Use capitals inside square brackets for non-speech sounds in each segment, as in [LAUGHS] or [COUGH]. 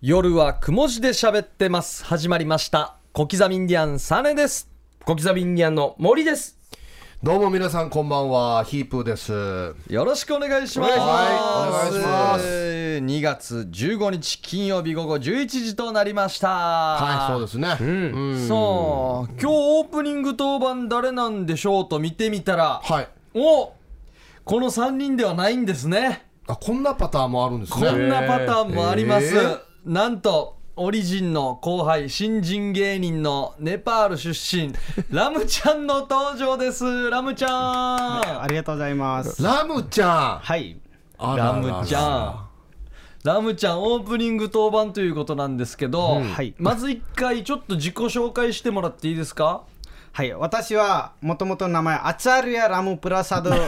夜はくも字で喋ってます。始まりました。小刻みインディアンサネです。小刻みインディアンの森です。どうも皆さんこんばんはヒープーです。よろしくお願いします。お願いしますお願いしますえー2月15日金曜日午後11時となりました。はいそうですね。うさあ、今日んオープニング当番誰なんでしょうと見てみたら、はい。おこの3人ではないんですね。あこんなパターンもあるんですこね。んなパターンもあります。えーなんと、オリジンの後輩、新人芸人のネパール出 [LAUGHS] 身、ラムちゃんの登場です。ラムちゃ [LAUGHS] ありがとうございます。ラムちゃん。はい。あん。らラららムちゃん。ラムちゃん、オープニング当番ということなんですけど、はいまず一回ちょっと自己紹介してもらっていいですかはい。私は、もともとの名前、アチャルヤ・ラム・プラサドです。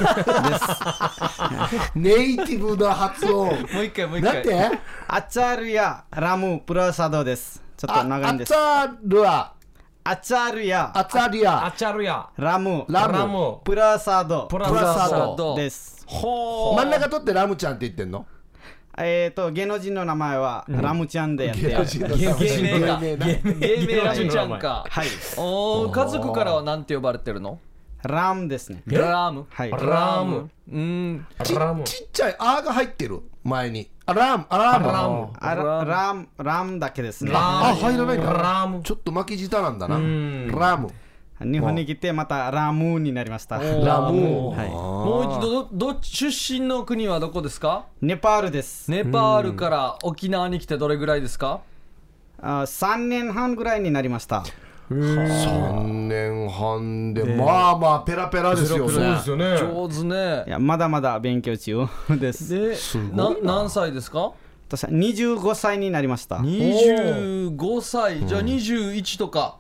ネイティブな発 [LAUGHS] 音。もう一回もう一だ回。って。アチャルヤ・ラム・プラサドです。ちょっあと長いんアですツ。ァルアアチャルヤ・アツァリアアチャルヤ。ラム・ラムラム。プラサドプラプラササド。ドです。ほ真ん中取ってラムちゃんって言ってんの？えっと、芸能人の名前は、ラムちゃんでやってる。芸芸名だ芸名だ。芸名ラムちゃんか。はい。おー家族からはなんて呼ばれてるのラムですね。ラム。はい。ラム。うん。ちラム。ちっちゃいアーが入ってる前に。あラムアラム。ラム。あらラム、ラムだけですね。あ入らないんだ。ラム。ちょっと巻き舌なんだな。ラム。日本に来て、またラムになりました。ラム。もう一度どど出身の国はどこですかネパールです。ネパールから沖縄に来てどれぐらいですかあ3年半ぐらいになりました。三年半でまあまあペラペラですよね。よね上手いねや、まだまだ勉強中 [LAUGHS] です。でな何歳ですか私は25歳になりました。 25歳じゃあ21とか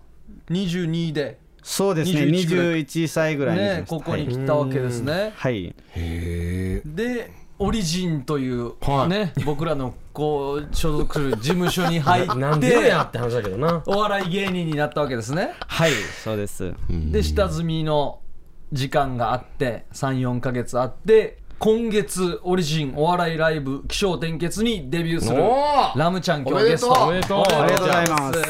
22でそうですね、 21ぐらい21歳ぐらいになりねました。ここに来たわけですねはい。はいへえ。でオリジンというはいね僕らのこう所属する事務所に入なっんでてやって話だけどな。お笑い芸人になったわけですねはい、そうです。で下積みの時間があって34か月あって今月オリジンお笑いライブ起承転結にデビューするおーラムちゃん今日おめゲでスとうトおめでとうありがとうございます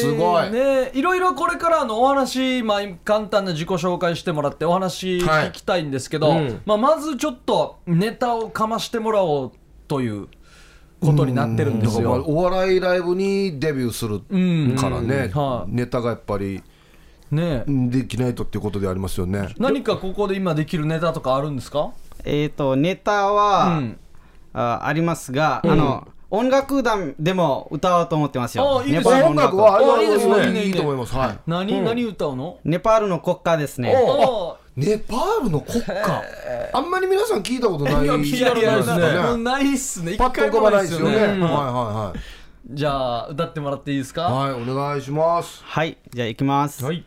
すごいねいろいろこれからのお話、まあ、簡単な自己紹介してもらってお話聞きたいんですけど、はいうんまあ、まずちょっとネタをかましてもらおうということになってるんでだかすらまあよ。お笑いライブにデビューするからね、うんはいネタがやっぱりねえできないとっていうことでありますよね。何かここで今できるネタとかあるんですか、えっ、と、ネタうは、ん、あありますが、あの、音楽団でも歌おうと思ってますよ。あいいですねネパールの音楽はあいいですねいいねいいと思います。はい。何、何歌うのネパールの国歌ですね。おネパールの国歌、あんまり皆さん聞いたことないいやいやいないやですかもうね。ないっすね一パッと回浮かもばなないいっですすよよね。ねはいうんはいはじゃあ歌ってもらっていいですかい。はい、お願いします。はい、じゃあ行きます。はい。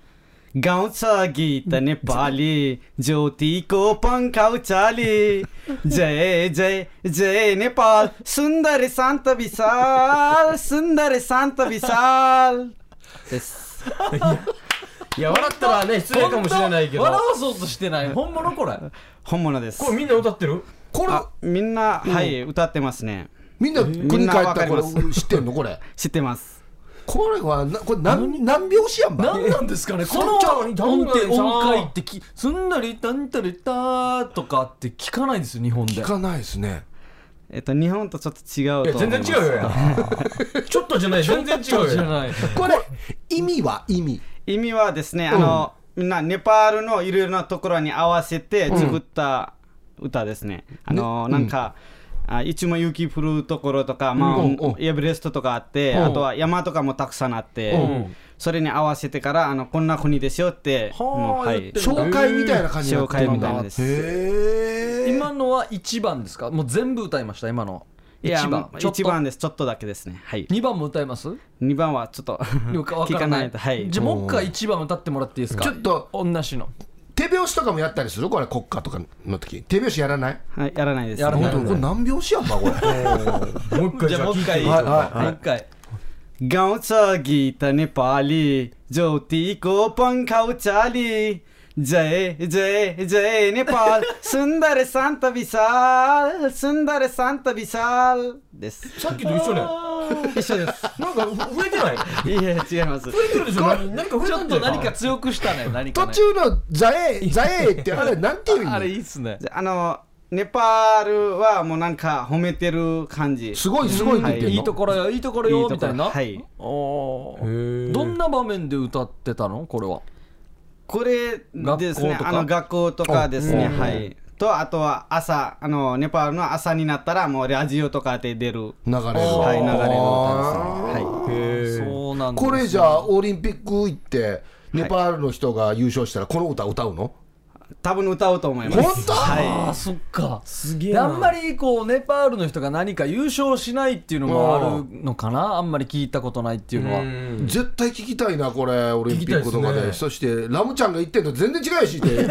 गाउँ छ गीत नेपाली ज्योतिको पङ्ख उचाली जय जय जय नेपाल सुन्दर शान्त विशाल सुन्दर शान्त विशाल いや、笑ったらね、失礼かもしれないけど。本当笑わそうとしてない本物これ本物ですこれみんな歌ってるこれ、あみんな、はい歌ってますねみんな国帰ったらこみんなわかりれ知ってんのこれ。知ってますこれはなこれ何何拍子やんば。 [LAUGHS] 何なんですかねこのそっちは何音程何音階ってきすんなりたんたりたーとかって聞かないんですよ日本で聞かないですね。えっと日本とちょっと違いうや、と思い全ます然違うよ [LAUGHS] や。ちょっとじゃない、全然違う知らよ。ないこれ意味は意味。意味はですねあの、みんなネパールのいろいろなところに合わせて作った歌ですね、あのなんか、あいつも雪降るところとか、まあうんうんエベレストとかあって、あとは山とかもたくさんあって、それに合わせてからあのこんな国ですよって、はあもうは言っいて、紹介みたいな感じにな紹って介るみんだたいなです。へえ。今のは1番ですかもう全部歌いました今のいや1番もうちょっと一番ですちょっとだけですね。はい。 2番も歌います二番はちょっとよくわ [LAUGHS] 聞かからなないいとはい。じゃあもう一回1番歌ってもらっていいですかちょっと女子の手拍子とかもやったりするこれ国歌とかの時手拍子やらないはいやらないです。やらない本当にこれ何拍子やんばこれ [LAUGHS] もう一回じゃあもう一回聞いてはいはいもう一回 गाउँछ गीत नेपाली ज्योतिको पङ्खा उचाली ジャエジャエジャエネパールスンダレサンタビサールスンダレサンタビサールですさっきと一緒ね一緒ですなんかふ増えてないい [LAUGHS] や違います増えてるでしょ何か増えちたょっんとじゃない何か強くした [LAUGHS] ね、何か、途ね。中のザエザエってあれなんていう意あれい味いっすね。じゃああのネパールはもうなんか褒めてる感じすごいすごいっては言ってんのいいところよ、いいところよ、みたいな。はいおーへーどんな場面で歌ってたのこれは。これです学ね校とかあの学校とかですねはいとあとは朝あのネパールの朝になったらもうラジオとかで出る流れるはい流れる歌ですねあーはそうなんですねこれじゃあオリンピック行ってネパールの人が優勝したらこの歌歌うのい多分歌うと思います本当ああはそっかすげえなあんまりこうネパールの人が何か優勝しないっていうのもあるのかなあんまり聞いたことないっていうのは絶対聞きたいなこれオリンピックとか聞きたいでですねそしてラムちゃんが言ってんと全然違うしって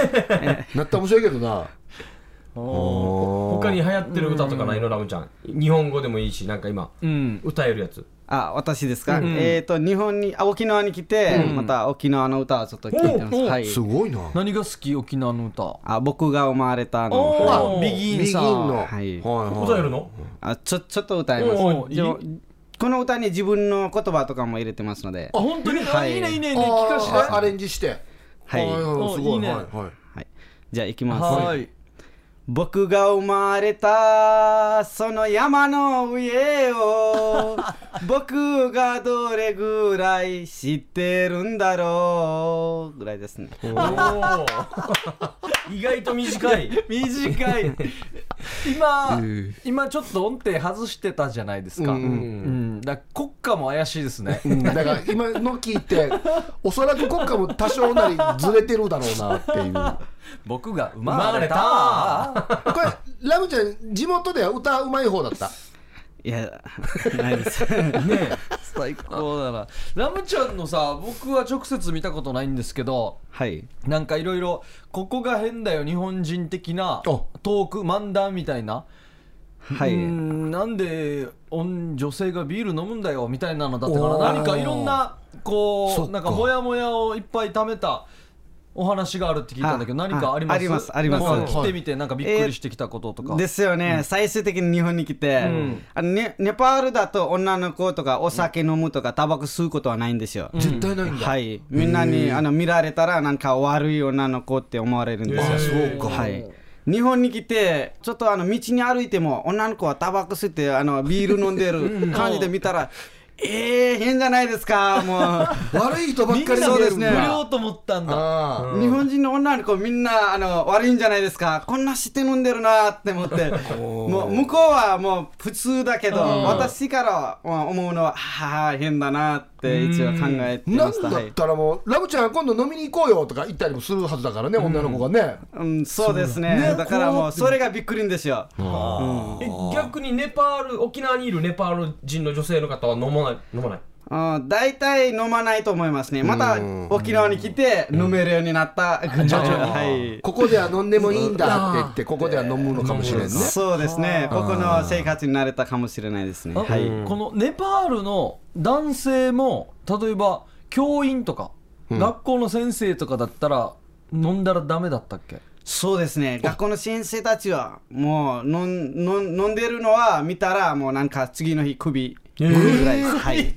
なったら面白いけど [LAUGHS] な他に流行ってる歌とかないのラムちゃん日本語でもいいしなんか今うん歌えるやつあ私ですか、えっ、と日本にあ沖縄に来て、また沖縄の歌をちょっと聞いてます、おおはいすごいな何が好き沖縄の歌あ僕が生まれたの、おーはいあビギンさビギンのんはいはい歌えるのあちょちょっと歌いますおおいいでもこの歌に自分の言葉とかも入れてますので、あ本当にはあいいいねいいねいいね聞かあしてーアレンジしてはいーすごおいいいねはいはいはい、じゃあ行きます、はい僕が生まれたその山の上 [LAUGHS] を僕がどれぐらい知ってるんだろうぐらいですねおー [LAUGHS] 意外と短い [LAUGHS] 短い今今ちょっと音程外してたじゃないですかううんうんんだから国歌も怪しいです [LAUGHS] ねうんだから今の聞いておそらく国歌も多少なりずれてるだろうなっていう僕が生まれ生たこれラムちゃん地元では歌うまい方だったいやないです [LAUGHS] 最高だなラムちゃんのさ僕は直接見たことないんですけどはいなんかいろいろここが変だよ日本人的なトーク漫談みたいな、はういーんなんでおん女性がビール飲むんだよみたいなのだったかなおー何かいろんなそこっうかなんかモヤモヤをいっぱい貯めたお話があるって聞いたんだけどあ何かありますあありますありますなんか来てみてなんかびっくりしてきたこととか、ですよね、最終的に日本に来て、あのね、ネパールだと女の子とかお酒飲むとか、タバコ吸うことはないんですよ。絶対ないんだはい、みんなにあの見られたらなんか悪い女の子って思われるんですよ。へーそうかはい日本に来てちょっとあの道に歩いても女の子はタバコ吸ってあのビール飲んでる感じで見たら、えー、変じゃないですかも悪い人ばっみんかりな見そうえでるすん無ねだ料と思ったんだあう日本人の女の子みんなあの悪いんじゃないですかこんなして飲んでるなって [LAUGHS] 思ってもう向こうはもう普通だけど私からまあ思うのははあ変だなって一応考えてーなまんしただはっいたらもうラムちゃん今度飲みに行こうよとか言ったりもするはずだからね女の子がねうん、そうですねだからもうそれがびっくりんですよえ逆にネパール沖縄にいるネパール人の女性の方は飲まない飲まないうん大体飲まないと思いますねまた沖縄に来て飲めるようになったぐらいはいここでは飲んでもいいんだって言ってここでは飲むのかもしれんねそうですねここの生活に慣れたかもしれないですねあはいこのネパールの男性も例えば教員とか、学校の先生とかだったら飲んだらダメだったっけそうですね学校の先生たちはもう飲ん飲ん飲んでるのは見たらもうなんか次の日首ぐらいです、はい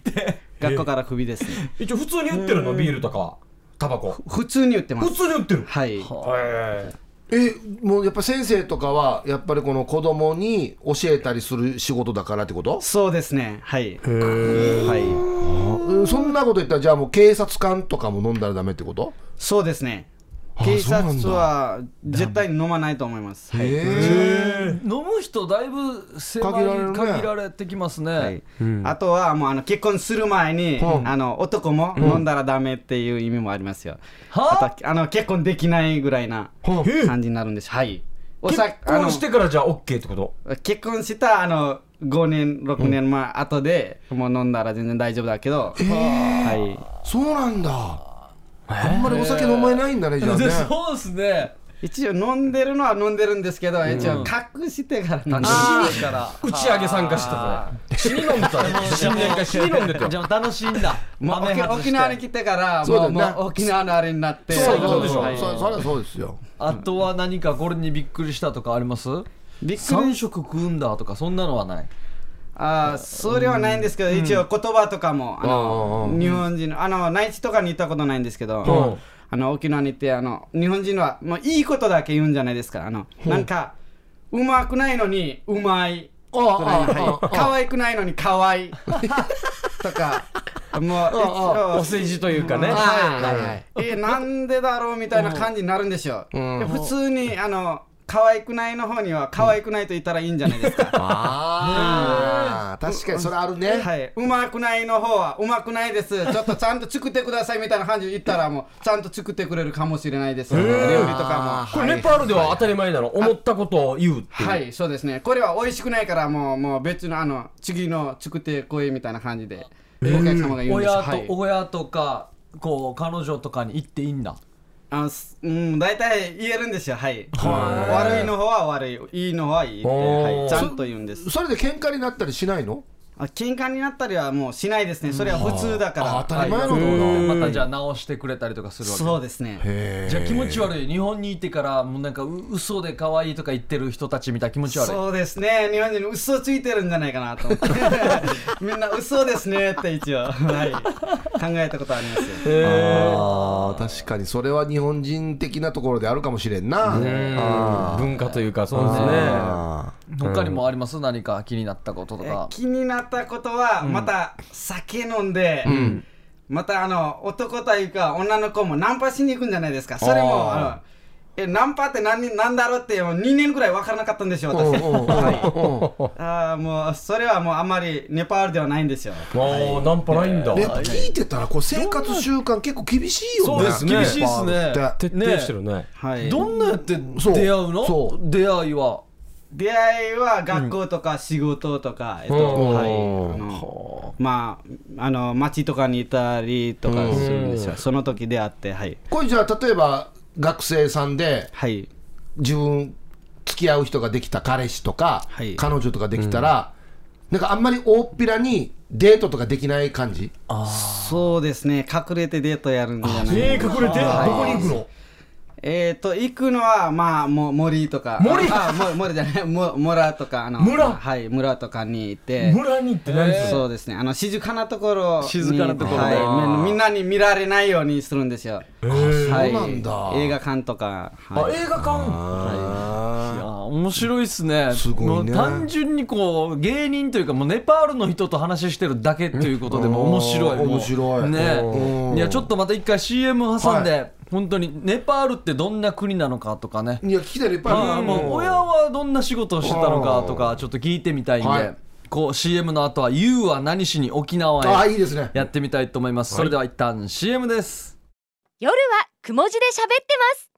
学校から首ですね一応普通に売ってるのビールとかタバコ普通に売ってま普す通に売ってるはいへえもうやっぱ先生とかはやっぱりこの子供に教えたりする仕事だからってことそうですねはいはいうんそんなこと言ったらじゃあもう警察官とかも飲んだらダメってことそうですねあそ警う察なんだは絶対に飲まないと思いますはいへ飲む人だいぶ狭い限られるね限られてきますね、はいあとはもうあの結婚する前に、あの男も飲んだらダメっていう意味もありますよ、はああとあの結婚できないぐらいなえ感じになるんですはいお結さあの婚してからじゃあ OK ってこと結婚したあの5年6年前後で、もう飲んだら全然大丈夫だけど、はい [LAUGHS] そうなんだあんまりお酒飲まれないんだねじゃあねそうですね一応飲んでるのは飲んでるんですけど、一応隠してから飲んでるあ打ち上げ参加してた死に飲んでたよ新年会死に飲んでたー [LAUGHS] よじゃあ楽しんだもう豆沖外して沖縄に来てからそうだもうよねもう沖縄のあれになってそうそうでしょそうそそれはそうですよあとは何かこれにびっくりしたとかありますびっく三り食食うんだとかそんなのはないあーそれはないんですけど、一応言葉とかもあの、日本人のあの内地とかに行ったことないんですけど、あの沖縄に行ってあの日本人はもういいことだけ言うんじゃないですかあの、なんかうまくないのにうまいああああ可愛くないのに可愛いとかもう一応お世辞というかねはいはいはい、えなんでだろうみたいな感じになるんでしょう、で普通にあの可愛くないの方には可愛くないと言ったらいいんじゃないですか、ああ確かにそれあるねはいうまくないの方はうまくないですちょっとちゃんと作ってくださいみたいな感じで言ったらもうちゃんと作ってくれるかもしれないです料理とかこれネパールでは当たり前なの思ったことを言うっもていうはいそうですねこれは美味しくないからもうもう別のあの次の作ってこいみたいな感じでお客様が言うんです、親はとい親とかこう彼女とかに行っていいんだあのすうん、大体言えるんですよ、はい。悪いの方は悪い、いいの方はいいって、はおーい、ちゃんと言うんです。それで喧嘩になったりしないのあ喧嘩になったりはもうしないですね、それは普通だから。あ当たり前はないのかまたじゃあ直してくれたりとかするわけそうですね。なじゃあ気持ち悪い日本にいてからもうなんかう嘘で可愛いとか言ってる人たち見たら気持ち悪いそうですね、日本人嘘ついてるんじゃないかなと思って [LAUGHS] みんな嘘ですねって一応、はい、考えたことありますよ。あー確かにそれは日本人的なところであるかもしれんなあ文化というかそうですーねあ他にもあります何か気になったこととえか気になったことはまた酒飲んで、またあの男というか女の子もナンパしに行くんじゃないですかそれもあのえナンパって何何だろうってもう2年ぐらい分からなかったんですよ私はいあーもうそれはもうあんまりネパールではないんですよあーナンパないんだーね聞いてたらこう生活習慣結構厳しいよねそうですね厳しいネっすパールって徹底してるねはいどんなやって出そう会うその出会いは出会いは学校とか仕事とか、えっとうんはいあのまああの街とかにいたりとかするんですよその時出会ってはいこれじゃあ例えば学生さんではい自分付き合う人ができた彼氏とか、はい彼女とかできたら、なんかあんまり大っぴらにデートとかできない感じそうですね、隠れてデートやるんじゃないえー隠れてどこに行くのえっ、と、行くのは、まあ、もう森とか、森ああも森じゃない、も村とか、あの村はい、村とかに行って、村に行って何するそうですね、あの静かなところに静かなところはいあーみ、みんなに見られないようにするんですよ。はい、そうなんだ映画館とか、あはい、映画い館やー面白いっすねすごいもうね単純にこう芸人というかもうネパールの人と話してるだけっていうことでも面白いうんもう面白いうんねいやちょっとまた一回 CM 挟んで、本当にネパールってどんな国なのかとかねいや聞きたいのいっぱいああるーもう親はどんな仕事をしてたのかとかちょっと聞いてみたいんで、はいこう CM の後は「YOU は何しに沖縄ああへいいですね」やってみたいと思います、それでは一旦 CM です夜はくも字で喋ってます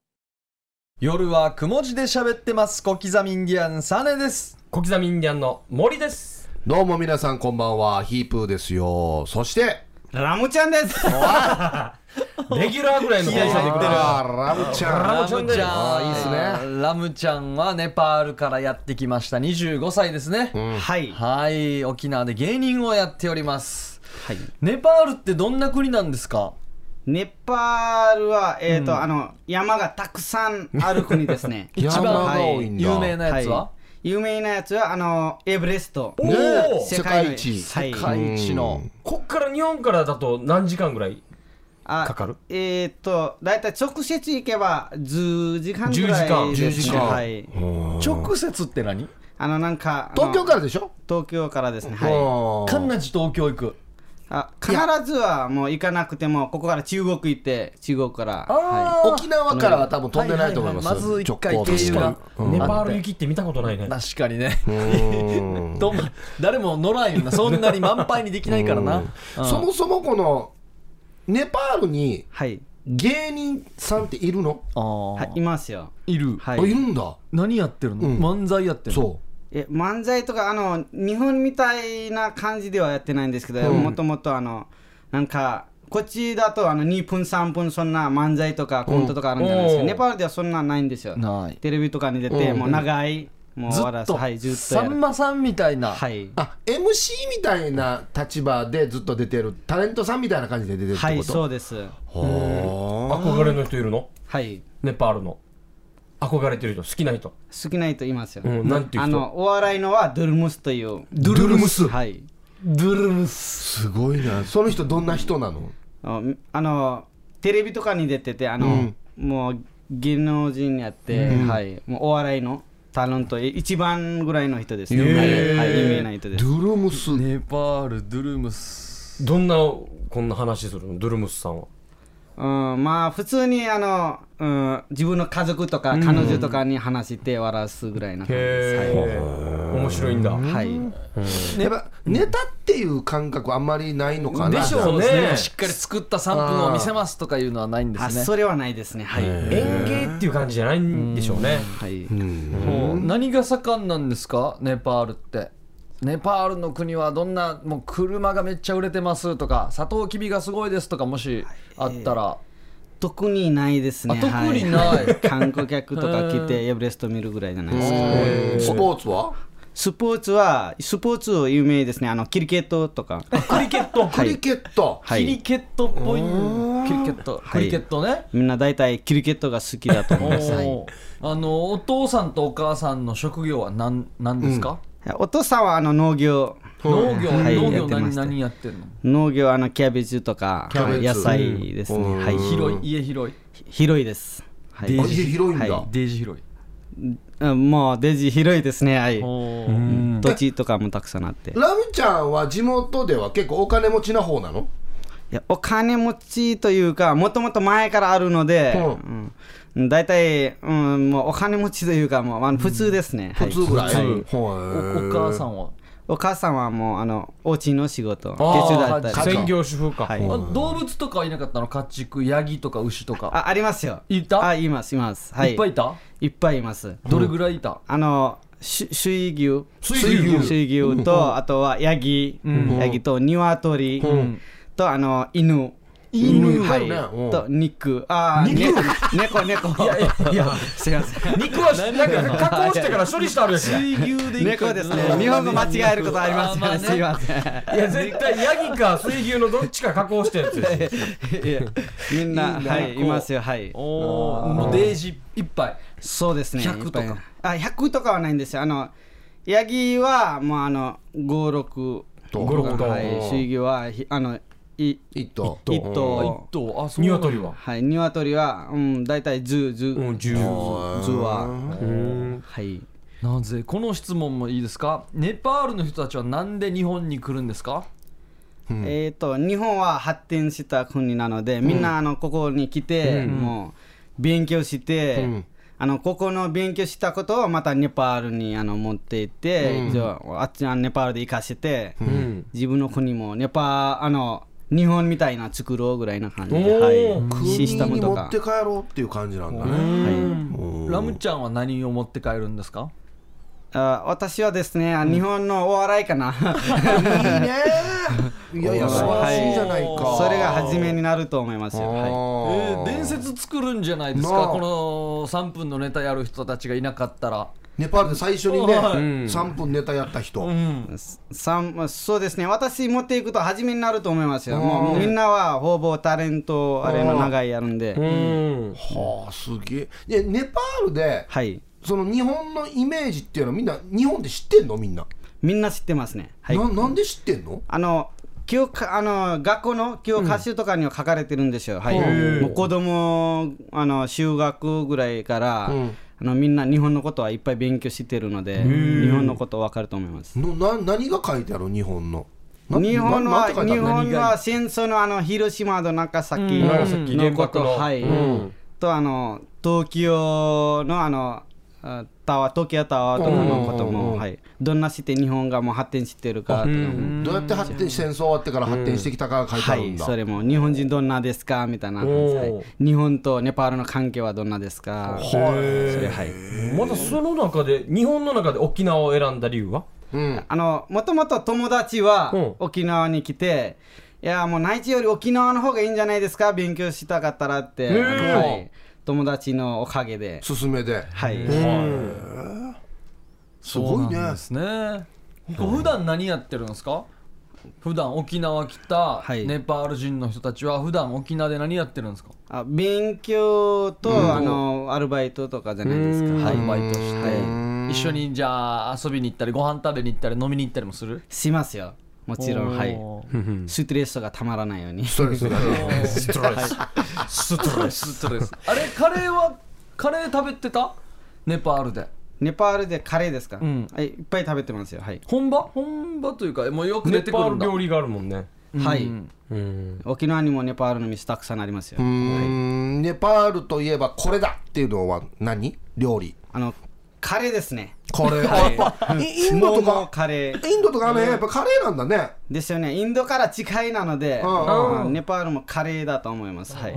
夜はくも字で喋ってます小刻みインディアンサネです小刻みインディアンの森ですどうも皆さんこんばんはヒープーですよそしてラムちゃんです。レギュラーぐらいの気合い入ってるあーラムちゃラんムちゃラんムちゃんいいっすねラムちゃんはネパールからやってきました25歳ですね、はい、はい沖縄で芸人をやっておりますはい。ネパールってどんな国なんですかネパールは、えっ、と、あの、山がたくさんある国ですね。一番山が多いんだ有名なやつは、い、有名なやつはあのエベレストおー世界一はい世界一のこっから日本からだと何時間ぐらいあかかるえーっと大体直接行けば10時間ぐらい10ですね時間はい直接って何あのなんかあの東京からでしょ東京からですねはいはカンナジ東京行くあ必ずはもう行かなくてもここから中国行って中国からは沖縄からは多分飛んでないと思います、はいはいはいまず一回直行ですから経由ネパール行きって見たことないね確かにね [LAUGHS] うんどん誰も乗らんよなそんなに満杯にできないからな、うんそもそもこのネパールにいはい、芸人さんっているの、あはいー、いますよいる、はいあいるんだ何やってるの、うん漫才やってるのそえ漫才とかあの日本みたいな感じではやってないんですけどもともとあのなんかこっちだとあの2分3分そんな漫才とかコントとかあるんじゃないですか、うんネパールではそんなないんですよないテレビとかに出て、もう長いもうず終わらっすと、はいずっとさやんるまさんみたいな、はいあ MC みたいな立場でずっと出てるタレントさんみたいな感じで出てるってこと、はいそうです憧れの人いるのはいネパールの憧れてる人好きな人好きな人いますよ、うんなんていうあ人のお笑いのはドゥルムスというドゥルムスはいドゥルムスすごいなその人どんな人なのああのテレビとかに出ててあの、もう芸能人やって、はいもうお笑いのタレントい一番ぐらいの人ですね、へーはい、はい有名な人でドすゥルムスネパールドゥルムスどんなこんな話するのドゥルムスさんはうん、まあ普通にあの、うん、自分の家族とか彼女とかに話して笑わすぐらいな感じです、はいへえ面白いんだはいやっぱネタっていう感覚あんまりないのかなでしょうそうですねねしっかり作った3分を見せますとかいうのはないんであすねそれはないですねはい、演芸っていう感じじゃないんでしょうねはい、もう何が盛んなんですかネパールってネパールの国はどんなもう車がめっちゃ売れてますとかサトウキビがすごいですとかもしあったら、特にないですねあ特にないは [LAUGHS] 観光客とか来てエベレスト見るぐらいじゃないですかうんスポーツはスポーツは、スポーツ有名ですね。あの、クリケットとか。クリケットクリケット、はクリい。ケットっぽいクリケットクリケットね、みんな大体クリケットが好きだと思います。はいおーあのお父さんとお母さんの職業は何何ですか、お父さんはあの農業。農業、はい農や業ってま何した何やってるの農業、あの、キャベツとか、ャベツ野菜ですね。はい。広い家広い広いです。はい。あ家広いんだ、はデージ広いうんもう、デジ広いですね。はい。おー土地とかもたくさんあって。いラムちゃんは地元では結構お金持ちな方なのやお金持ちというか、もともと前からあるので、ううん大体、うん、もうお金持ちというか、もうあの普通ですね。はい普通ぐらい、はいおはお母さんは、お母さんはもうあのお家の仕事あー手伝ったりはい専業主婦かはいあ動物とかはいなかったの家畜ヤギとか牛とかあありますよいたあいますいますはいいっぱいいたいっぱいいますどれぐらいいた、あのし首位牛水牛首位牛とあとはヤギヤギと鶏とあの犬犬はだよねうんいと肉あーね猫猫いやいやすいません肉はなんか加工してから処理してあるやつい水牛で [LAUGHS] 猫ですね日本語間違えることありますよねすいませんや絶対ヤギか水牛のどっちか加工してるやつですいやみんなはいいますよはいおおーもうデージいっぱいそうですね。 100いっぱいとかあ、100とかはないんですよ。あの、ヤギは、もうあの、5、6と五六頭はい、水牛は、ひあの、い、1い、一頭頭。とあそうなんだ鶏ははい、鶏は、うん、大体10、う10、ん十10は、はい。なぜこの質問もいいですかネパールの人たちはなんで日本に来るんですかえっと、日本は発展した国なので、みんな、あの、ここに来て、もう、勉強して、あのここの勉強したことをまたネパールにあの持って行って、じゃああっちあのネパールで行かせて、うん自分の国もネパあの日本みたいな作ろうぐらいな感じで、おーはい、国システムにと持かっ、て帰ろうっていう感じなんだね、ラムちゃんは何を持って帰るんですかあ私はですね、あ日本のお笑いか [LAUGHS] ないいねいやいや素晴らしいじゃないか、それが初めになると思いますよ、はえー伝説作るんじゃないですなあかこの3分のネタやる人たちがいなかったらネパールで最初にね、はい3分ネタやった人、いすさんまあ、そうですね私持っていくと初めになると思いますよもうみんなはほぼタレントあれの長いやるんで、うんはあすげえでネパールではいその日本のイメージっていうのはみんな日本って知ってんのみんな、みんな知ってますねはいななんで知ってんのあの教科あの学校の教科書とかには書かれてるんですよ、はい、もう子供あの修学ぐらいから、あのみんな日本のことはいっぱい勉強してるので日本のこと分かると思いますのな何が書いてある日本のな日本なはなんて日書いてある本は戦争のあの広島と長崎長崎原のこ爆と、のはいとあの東京のあのあタワー東京タワーとかのことも、はい、どんなして日本がもう発展してるかとかも、どうやって発展戦争終わってから発展してきたかが書いてあはるんい、だ、それも日本人どんなですかみたいな、おーはい日本とネパールの関係はどんなですかそれはいまだその中で日本の中で沖縄を選んだ理由はあのもともと友達はうん沖縄に来て、いやもう内地より沖縄の方がいいんじゃないですか勉強したかったらって、ーはい、友達のおかげで勧めではい、すごいそうなねんですね普段何やってるんですか普段沖縄来たはいネパール人の人たちは普段沖縄で何やってるんですかあ勉強と、あのアルバイトとかじゃないですか、アはルい、バイトして一緒にじゃあ遊びに行ったりご飯食べに行ったり飲みに行ったりもするしますよもちろんはいおーストレスがたまらないようにストレスがねストレスストレスストレスあれカレーはカレー食べてたネパールでネパールでカレーですか、んはい、いっぱい食べてますよはい、本場本場というかもうよく出ネてくパーるんルだ料理があるもんねはいうん沖縄にもネパールの店たくさんありますよ、うーんネパールといえばこれだっていうのは何料理あのカレーですねこれやっぱイインドモとモかカレーインドとかねやっぱカレーなんだねですよねインドから近いなので、うんうんネパールもカレーだと思います、はい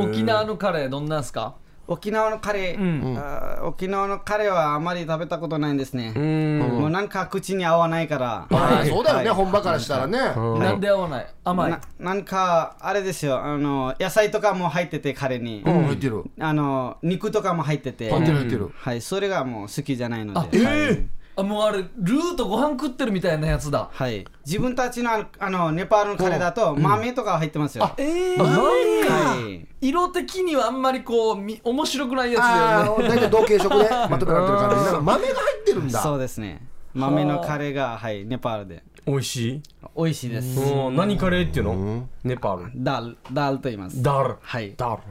沖縄のカレーどんなんすか沖縄のカレー,、あー沖縄のカレーはあまり食べたことないんですね、もうなんか口に合わないから、ああそうだよねはい本場からしたらねなんで合わない甘いななんかあれですよあの野菜とかも入っててカレーに、うん入ってるあの肉とかも入ってて入ってる入ってるはい、それがもう好きじゃないので、はいあもうあれルーとご飯食ってるみたいなやつだはい、自分たちのあのあのネパールのカレーだと豆とか入ってますよ、ええはい、色的にはあんまりこうみ面白くないやつだあよあ大体同系色でまとめられてる感じなんか豆が入ってるんだそうですね豆のカレーがはいネパールで美味しい美味しいです、うん何カレーっていうのネパールダルダルと言いますダルはいダル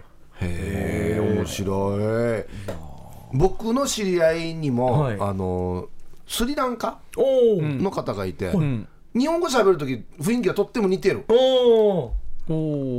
へえ面白い僕の知り合いにも、はいあのスリランカおーの方がいて、ん日本語喋る時雰囲気がとっても似てるおーねお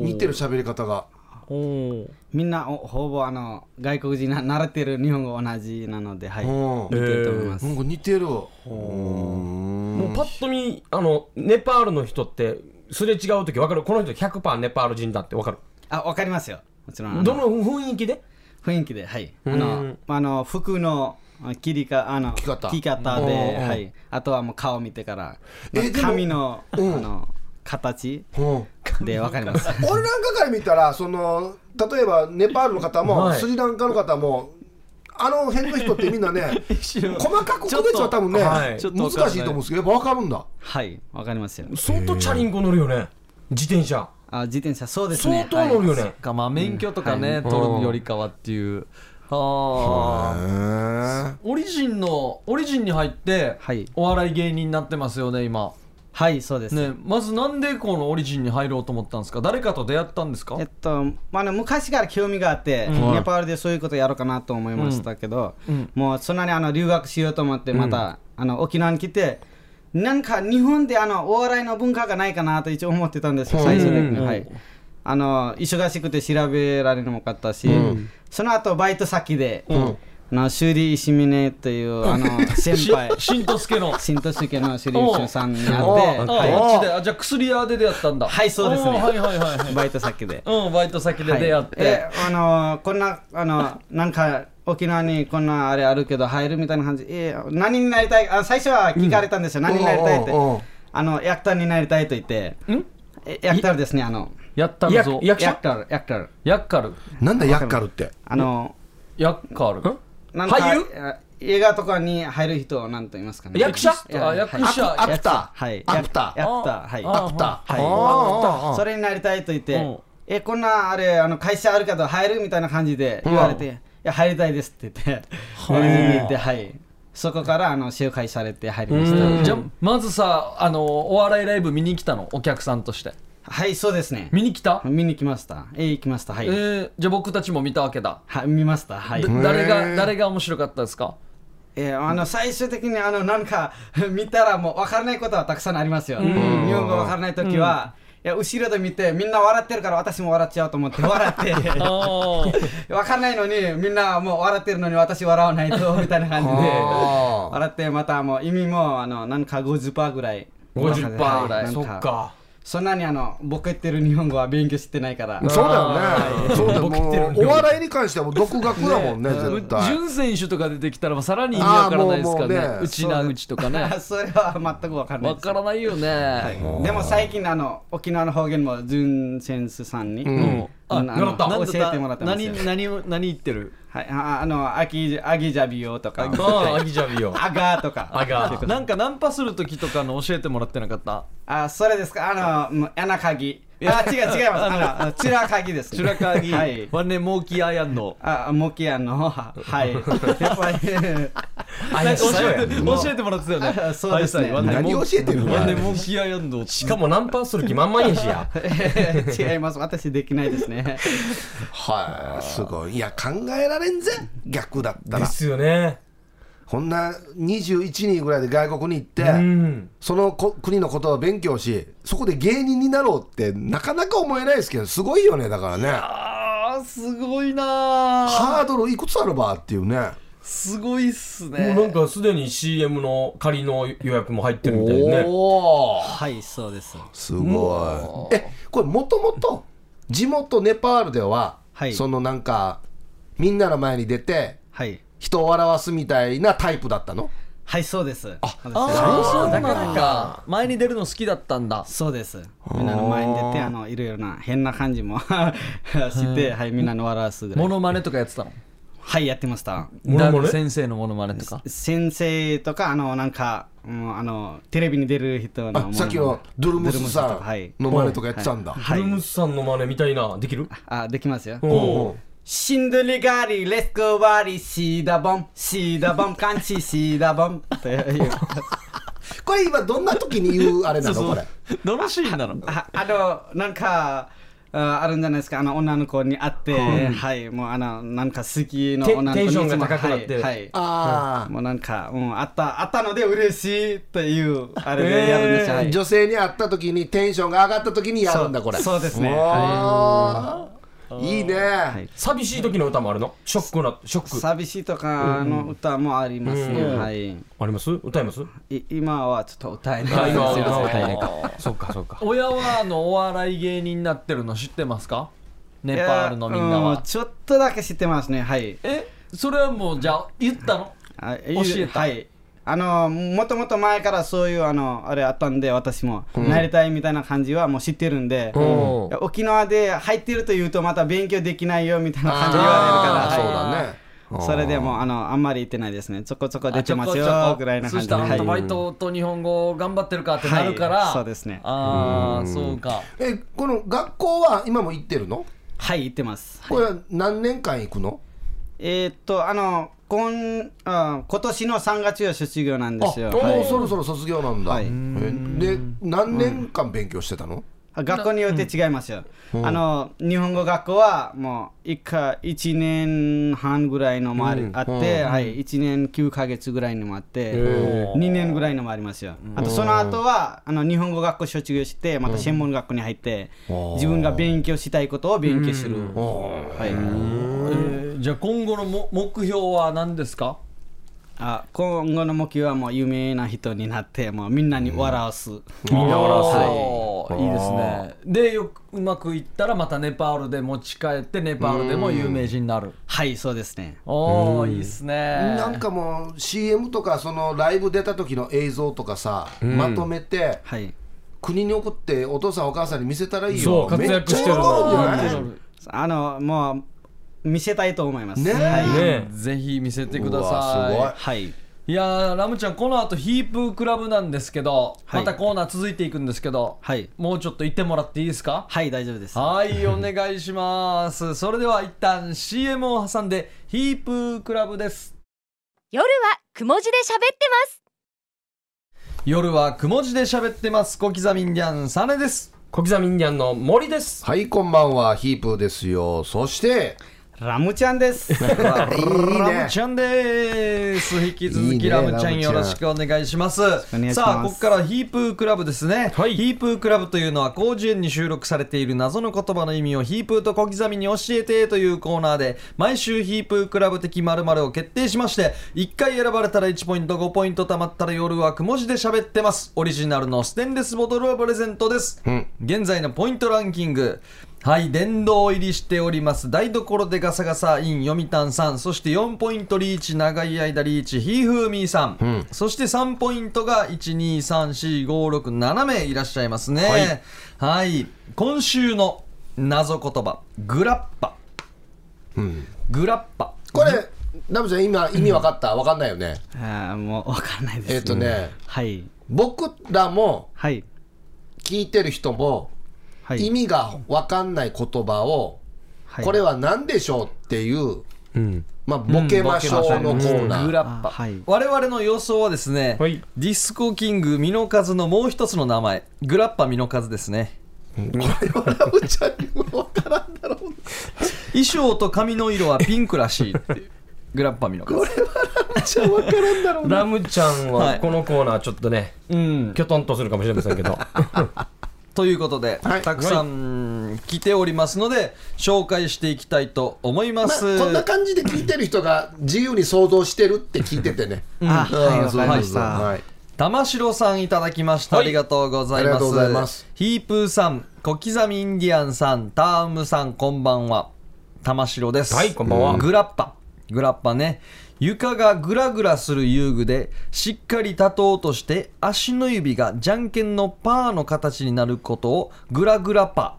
似てる喋り方がおーみんなおほぼあの外国人な習ってる日本語同じなのではいうん似てると思います、なんか似てるうんもうパッと見あのネパールの人ってすれ違う時分かるこの人100%ネパール人だって分かるあわかりますよもちろんあのどの雰囲気で雰囲気ではいあうのんあの服のあ切りかあの着方着方で、はい、あとはもう顔見てからえでも髪のあの形うんでわかり [LAUGHS] ます俺なんかから見たらその例えばネパールの方も、はいスリランカの方もあの辺の人ってみんなね細かく区別は多分ね、はいちょっと難わしかんないいと思うんですけどやっぱ分かるんだはいわかりますよ相当チャリンコ乗るよね自転車あ自転車そうです相ね当乗るよはいねかまあ免許とかね、取るよりかはっていうああオリジンのオリジンに入って、はいお笑い芸人になってますよね今はいそうですねまずなんでこのオリジンに入ろうと思ったんですか誰かと出会ったんですかえっとまあね、昔から興味があって、ネパールでそういうことやろうかなと思いましたけど、もうそんなにあの留学しようと思ってまた、あの沖縄に来てなんか日本であのお笑いの文化がないかなと一応思ってたんですよ、最終的に、はい、あの忙しくて調べられなかったし、その後バイト先で、あの修理石峰というあの先輩しんとすけ [LAUGHS] の新都市家の修理石さんに会って、ああはいこっちであじゃあ薬屋で出会ったんだはいそうですねおーはいはいはいはいバイト先で。うんバイト先ではい出会って、えあのこんなあのなんか沖縄にこんなあれあるけど入るみたいな感じえ何になりたいあ最初は聞かれたんですよ、何になりたいってうんうんうんあのヤクターになりたいと言ってえヤクターですねあのやったるやぞ役ヤ者クターヤクターやっかるなんだヤッカルってあのやっかるなんか俳優あ映画とかに入る人をなんと言いますかね役者いやあ役はい者アクターはいアクターヤクターはいあアクターはいあーそれになりたいと言って、うんえこんなあれあの会社あるけど入るみたいな感じで言われて、いや入りたいですって言って、はに行ってはいそこからあの紹介されて入りました、じゃあまずさあのお笑いライブ見に来たのお客さんとしてはいそうですね見に来た、見に来ましたえー行きましたはい、えーじゃあ僕たちも見たわけだ、はい見ましたはいだ誰が誰が面白かったですかえーあの最終的にあのなんか [LAUGHS] 見たらもう分からないことはたくさんありますよ、日本語分からない時は、いや後ろで見てみんな笑ってるから私も笑っちゃおうと思って笑ってあーわかんないのにみんなもう笑ってるのに私笑わないとみたいな感じであー笑ってまたもう意味もあのなんか50%ぐらい50%ぐならいんそっかそんなにあのボケてる日本語は勉強してないからそうだよね。そうだよ。ボケてもるうお笑いに関してはもう独学だもんね、絶対。潤選手とか出てきたらもうさらに意味わからないですからねあーもうもうねうちなうちとかねそれは全くわかんないわですからないよね、はいでも最近あの沖縄の方言もジュンセンスさんに、んあのあ習った教えてもらってますよ何何を何言ってるはい、ああのアキアギジャビオとかああ、アギジャビよ。アガーとかアガー。なんかナンパする時とかの教えてもらってなかったあそれですかあの穴鍵あ違う違いますあのチラ鍵ですね白川に、はいワンネモーキーアイアンのあモキアの [LAUGHS] ははいやっぱりなあんかや教そうやえてもう教えてもらってたよねそうですねはいはいワンネモー何教えてるのワンネモーキーアイアンのしかもナンパする気満々や [LAUGHS] しや。違います私できないですねはい、すごい。いや、考えられんぜ、逆だったでら。すよね。こんな21人ぐらいで外国に行って、うん。そのこ国のことを勉強し、そこで芸人になろうって、なかなか思えないですけど、すごいよね、だからね。あーすごいなーハードルいくつあるばっていうね。すごいっすねもうなんかすでに CM の仮の予約も入ってるみたいね。おお、はいそうですすごい。え、これもともと地元ネパールでは、はいそのなんかみんなの前に出てはい人を笑わすみたいなタイプだったの？はいそうですあーそうだなんか前に出るの好きだったんだそうですみんなの前に出てあのいろいろな変な感じも [LAUGHS] してはいみんなの笑わすぐらモいノマネとかやってたのはいやってましたモノマネダーク先生のモノマネと [LAUGHS] か先生とかあのなんか、うん、あのテレビに出る人のあ、さっきのドゥルムスさはいんの真似とかやってたんだ。ブルームスさんの真似みたいな、できるあできますよおおう。シンドリガリレスコバリシーダボンシーダボンカンチシーダボンっていうこれ今どんな時に言うあれなのそうこれ？どのシーンなのああのなんかああるんじゃないですかあの女の子に会って、はいもうあのなんか好きのテ女の子テにンションがいつも高くなってはい、はいあもうなんか、うん、あったあったので嬉しいっていうあれえーでやるんですよ、はあ、い女性に会った時にテンションが上がった時にやるんだこれ。そうそうですおねーいいね。い寂しい時の歌もあるのショックな、ショック。寂しいとかの歌もありますね、うんはいあります歌いますい今はちょっと歌えないあ、です今、よ歌歌えないはか。そっかそっか。親はあのお笑い芸人になってるの知ってますかネパールのみんないやうはちょっとだけ知ってますねはいえそれはもうじゃあ言ったのあ教教えたはいあのもともと前からそういうあのあれあったんで私も、なりたいみたいな感じはもう知ってるんで、うんいや沖縄で入ってるというとまた勉強できないよみたいな感じあ言ーわれるそうからはいだね。それでもうあのあんまり言ってないですねちょこちょこ出てますよあちょこちょこぐらいな感そじしでたらあんはいたバイトと日本語頑張ってるかってなるから、はいそうですねああそうかえ、この学校は今も行ってるの？はい言ってますこれは何年間行くの？えーっとあのこんあ今年の3月は卒業なんですよ、あはいもうそろそろ卒業なんだ、はいえで何年間勉強してたの、あ学校によって違いますよ、あの日本語学校はもう 1, か一年半ぐらいのもあ,、あって、はい、1年9ヶ月ぐらいのもあって、2年ぐらいのもありますよ、あとその後はあの日本語学校卒業してまた専門学校に入って、自分が勉強したいことを勉強する、はいえーじゃあ今後のも目標は何ですかあ今後の目標はもう有名な人になってもうみんなに笑わす、みんな笑わせいいですねでよくうまくいったらまたネパールで持ち帰ってネパールでも有名人になるはいそうですねおおいいっすねなんかもう CM とかそのライブ出た時の映像とかさ、まとめてはい国に送ってお父さんお母さんに見せたらいいよそう活躍めっちゃしてるな喜ぶんじあのもう見せたいと思いますねえはい、ねぜひ見せてゃないくだうわさはいいいやーラムちゃんこの後ヒープークラブなんですけど、はまいたコーナー続いていくんですけど、はいもうちょっと行ってもらっていいですかはい、大丈夫です。はいお願いしますそれでは一旦 CM を挟んでヒープークラブです夜はくも字で喋ってます夜はくも字で喋ってます小刻みんぎゃんサネです小刻みインディアンの森です。すごいはいこんばんはヒープーですよそしてラムちゃんです。いいねラムちゃんです。引き続いいねきラムちゃラムちゃんんよろしくお願いします。お願いしますさあ、ここからはヒープークラブですね。はいヒープークラブというのは、広辞苑に収録されている謎の言葉の意味をヒープーと小刻みに教えてというコーナーで、毎週ヒープークラブ的〇〇を決定しまして、1回選ばれたら1ポイント、5ポイント貯まったら夜はく文字で喋ってます。オリジナルのステンレスボトルをプレゼントです。現在のポイントランキング。はい、殿堂入りしております。台所でガサガサイン、読谷さん、そして4ポイントリーチ、長い間リーチ、ひーふーみーさん、そして3ポイントが、1、2、3、4、5、6、7名いらっしゃいますね。はい、今週の謎言葉、グラッパ。グラッパ。これラムちゃん今意味分かった分かんないよねあーもうわからないです。えっとねはい僕らもはい聞いてる人もはい。意味が分かんない言葉をはいこれは何でしょうっていううんまあボケましょうのコーナグーラッパ、あはい我々の予想はですね、はいディスコキングミノカズのもう一つの名前グラッパミノカズですねこれはラムちゃんにも分からんだろう衣装と髪の色はピンクらしいって [LAUGHS] いうグラッパミノカズちゃ分からんだろうラムちゃんははいこのコーナーちょっとね、うんきょとんとするかもしれませんけ [LAUGHS] どということで、はいたくさん来ておりますので紹介していきたいと思いままあす、こんな感じで聞いてる人が自由に想像してるって聞いててねあはいうんわかりました。ははい玉城さんいただきました、はいありがとうございますありがとうございますヒープーさん小刻みインディアンさんタームさんこんばんは玉城ですはいこんばんはグラッパグラッパね床がグラグラする遊具でしっかり立とうとして足の指がじゃんけんのパーの形になることをグラグラパ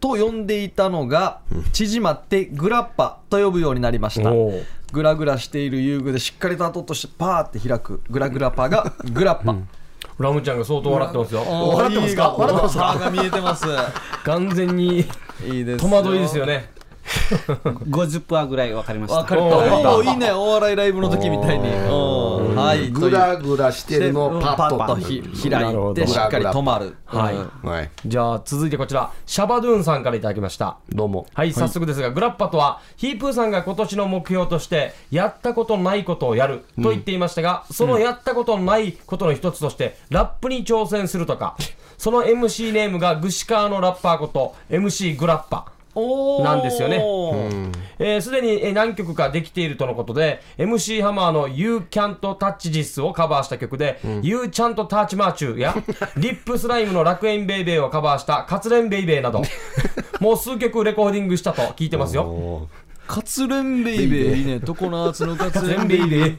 と呼んでいたのが縮まってグラッパと呼ぶようになりましたおーグラグラしている遊具でしっかり立とうとしてパーって開くグラグラパーがグラッパ、ラムちゃんが相当笑ってますよ笑ってますか笑ってますか歯が見えてます。完全にいいです。戸惑いですよ。ね五十パーぐらいわかりました。わかる。おおーいいね。お笑いライブの時みたいに。うんはい。グラグラしてるのをパッとパッとひ開なるほいてどしっかり止まる。はいうんはいじゃあ続いてこちらシャバドゥーンさんからいただきましたどうもはい早速ですが、グラッパとはヒープーさんが今年の目標としてやったことないことをやると言っていましたが、そのやったことないことの一つとしてラップに挑戦するとかその MC ネームがグシカーのラッパーこと MC グラッパおーなんですよねうんえーすでにえー何曲かできているとのことで MC ハマーの「You Can't Touch This」をカバーした曲で「You Can't Touch March」や [LAUGHS] 「リップスライムの楽園ベイベー」をカバーした「カツレンベイベー」[LAUGHS] などもう数曲レコーディングしたと聞いてますよ。カツレンベイベーいいね。常夏のカツレンベイベー。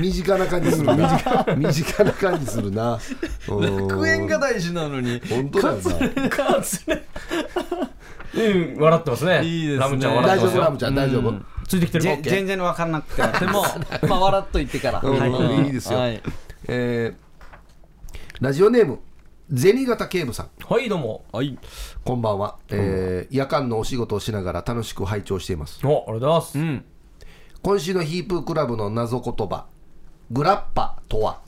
身近な感じするな身近な感じするな楽園が大事なのに。本当だよなカツレンうん、笑ってますね。いいですねラムちゃん笑大っ丈てます夫ラムよ。ちゃん大丈夫ついてきてるぜ OK 全然わからなくて。でもまあ笑っといてから。うんうんいいですよはいえーラジオネーム銭形警部さんはい、どうも。はい。こんばんは、えー夜間のお仕事をしながら楽しく拝聴していますお、ありがとうございます。うん。今週のヒープークラブの謎言葉グラッパとは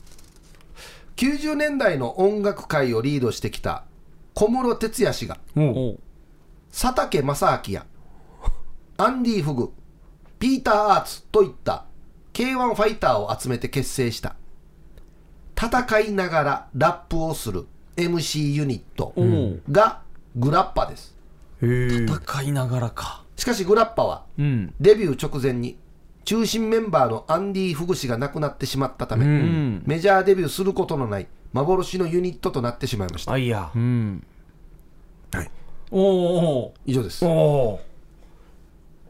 90年代の音楽界をリードしてきた小室哲哉氏がおう佐竹正明やアンディ・フグピーター・アーツといった K1 ファイターを集めて結成した戦いながらラップをする MC ユニットんがグラッパです戦いながらか。しかしグラッパはうん。デビュー直前に中心メンバーのアンディ・フグ氏が亡くなってしまったため、うん。メジャーデビューすることのない幻のユニットとなってしまいましたあ、いやう。ん。はいおお以上ですおお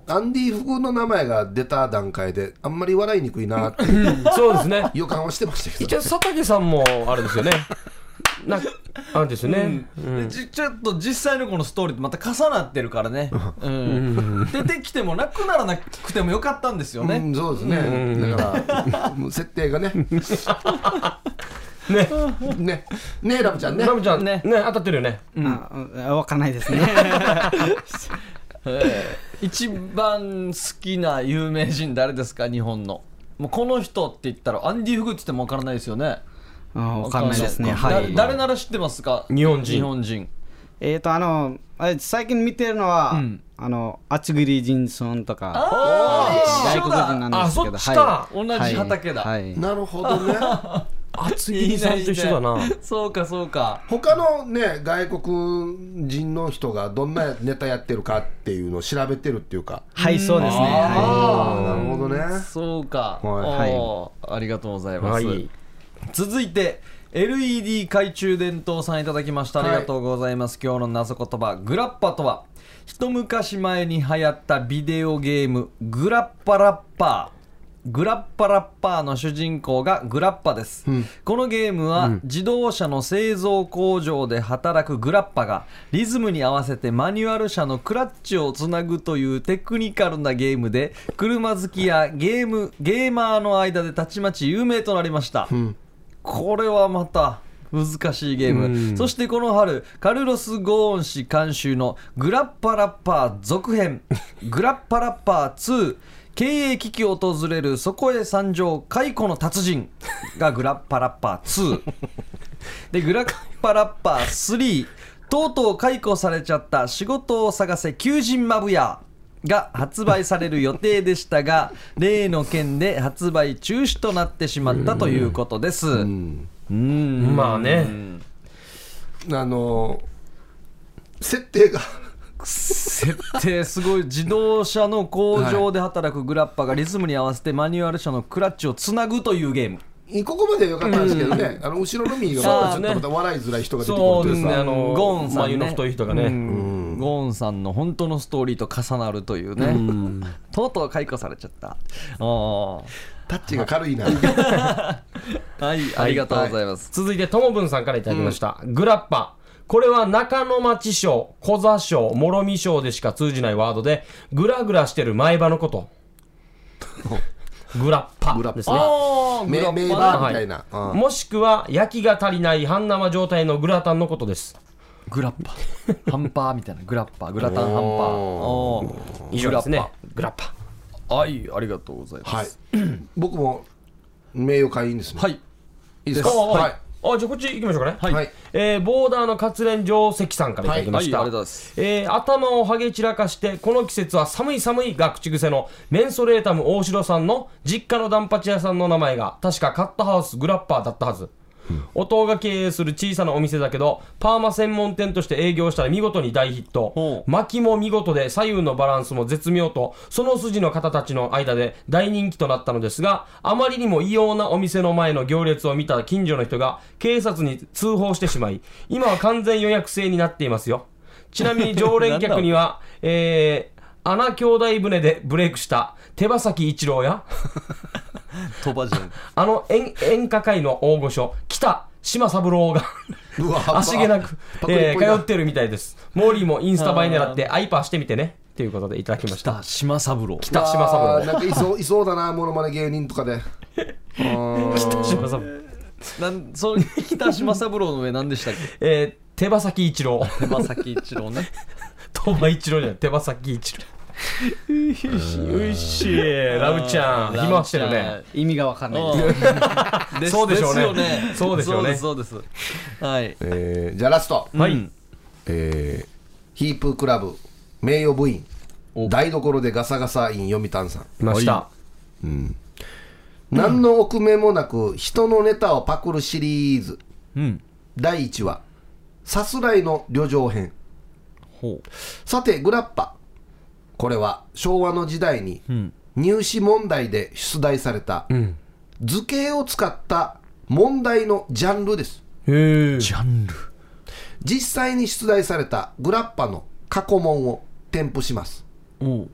アンディ・フグの名前が出た段階であんまり笑いにくいなっ [LAUGHS] てーそうですね。予感はしてましたけ一ど応佐竹さんもあれですよね。なあれですよね。うんちちょっと実際のこのストーリーとまた重なってるからね、うん、出てきてもなくならなくてもよかったんですようね、ん、そうですね、だからもう設定がねね、ねねラブちゃんねラムちゃんねね当たってるよね。あうんわからないですね。一番好きな有名人誰ですか日本のもうこの人って言ったらアンディ・フグって言っても分からないですよねうんわからないですね。わかんなはいい。だ誰なら知ってますか日本人日本人えっとあのあれ最近見てるのはうんあの厚切りジンソンとかあー外一緒国だ人なんあですそけっどちか同はいじ畑だ、はいはいなるほどね厚切りさんと一緒だなそうかそうか他のね外国人の人がどんなネタやってるかっていうのを調べてるっていうかはいそうですねはああなるほどねそうか、はいおーありがとうございまはす、い続いて LED 懐中電灯さんいただきましたありがとうございます、今日の謎言葉グラッパとは一昔前に流行ったビデオゲームグラッパラッパーグラッパラッパーの主人公がグラッパです、このゲームは自動車の製造工場で働くグラッパがリズムに合わせてマニュアル車のクラッチをつなぐというテクニカルなゲームで車好きやゲームゲーマーの間でたちまち有名となりました、これはまた難しいゲーム、そしてこの春カルロス・ゴーン氏監修のグラッパラッパー続 [LAUGHS] 編グラッパラッパー2経営危機を訪れるそこへ参上解雇の達人がグラッパラッパ [LAUGHS] ー2でグラッパラッパー3とうとう解雇されちゃった仕事を探せ求人マブヤが発売される予定でしたが例の件で発売中止となってしまったということですうんまあねあの設定が [LAUGHS] 設定すごい自動車の工場で働くグラッパがリズムに合わせてマニュアル車のクラッチをつなぐというゲームここまで良かったんですけどね、あの後ろの右がまたちょっとまた笑いづらい人が出てくるというそうですかねあのゴーンさん、ね、眉の太い人がねうんゴーンさんの本当のストーリーと重なるというね、とうとう解雇されちゃったあータッチが軽いなはいありがとうございます、続いてともぶんさんからいただきました、グラッパこれは中野町省小座省諸見省でしか通じないワードでグラグラしてる前歯のことグラッグラッパパですねあーグ名ラバッパーみねたいな、うんもしくは焼きが足りない半生状態のグラタンのことですグラッパーハンパーみたいなグラッパーグラタンハンパーおおー以上ですグねラグラッパッパーはいありがとうございますはい僕も名誉会員ですね、はいい、いですかあははいいあじゃあこっち行きましょうかねはいはいえーボーダーの活連定石さんからいただきました、はいはいありがとうございますえー頭をはげ散らかしてこの季節は寒い寒いが口癖のメンソレータム大城さんの実家のダンパチ屋さんの名前が確かカットハウスグラッパーだったはず、弟が経営する小さなお店だけどパーマ専門店として営業したら見事に大ヒッほトう巻きも見事で左右のバランスも絶妙とその筋の方たちの間で大人気となったのですがあまりにも異様なお店の前の行列を見た近所の人が警察に通報してしまい今は完全予約制になっていますよちなみ [LAUGHS] に常連客にはえー穴兄弟船でブレイクした手羽先一郎や鳥羽 [LAUGHS] 順あの演演歌界の大御所北島三郎がうわ足毛なく、パクリっえぽいなー通ってるみたいですモーリーもインスタ映え狙ってアイパーしてみてねということでいただきました北島三郎北島あー三なんかいそういそうだなモノマネ芸人とかで郎島三郎なんそれ北島三郎の上何でしたっけ [LAUGHS] えー手羽先一郎 [LAUGHS] 手羽先一郎ね東馬一郎じゃない手羽先一郎ういしいラブちゃん暇してるねい意味がわかんないですうんです [LAUGHS] そうでしょうねですよねそうでしょうねそうですそうですはいえーじゃあラスト、はい、うんえーヒープークラブ名誉部員台所でガサガサイン読谷さん来ました何の臆面もなく人のネタをパクるシリーズ、ん第1話さすらいの旅情編ほさてグラッパこれは昭和の時代に入試問題で出題された、図形を使った問題のジャンルですへえジャンル実際に出題されたグラッパの過去問を添付しますおうというこ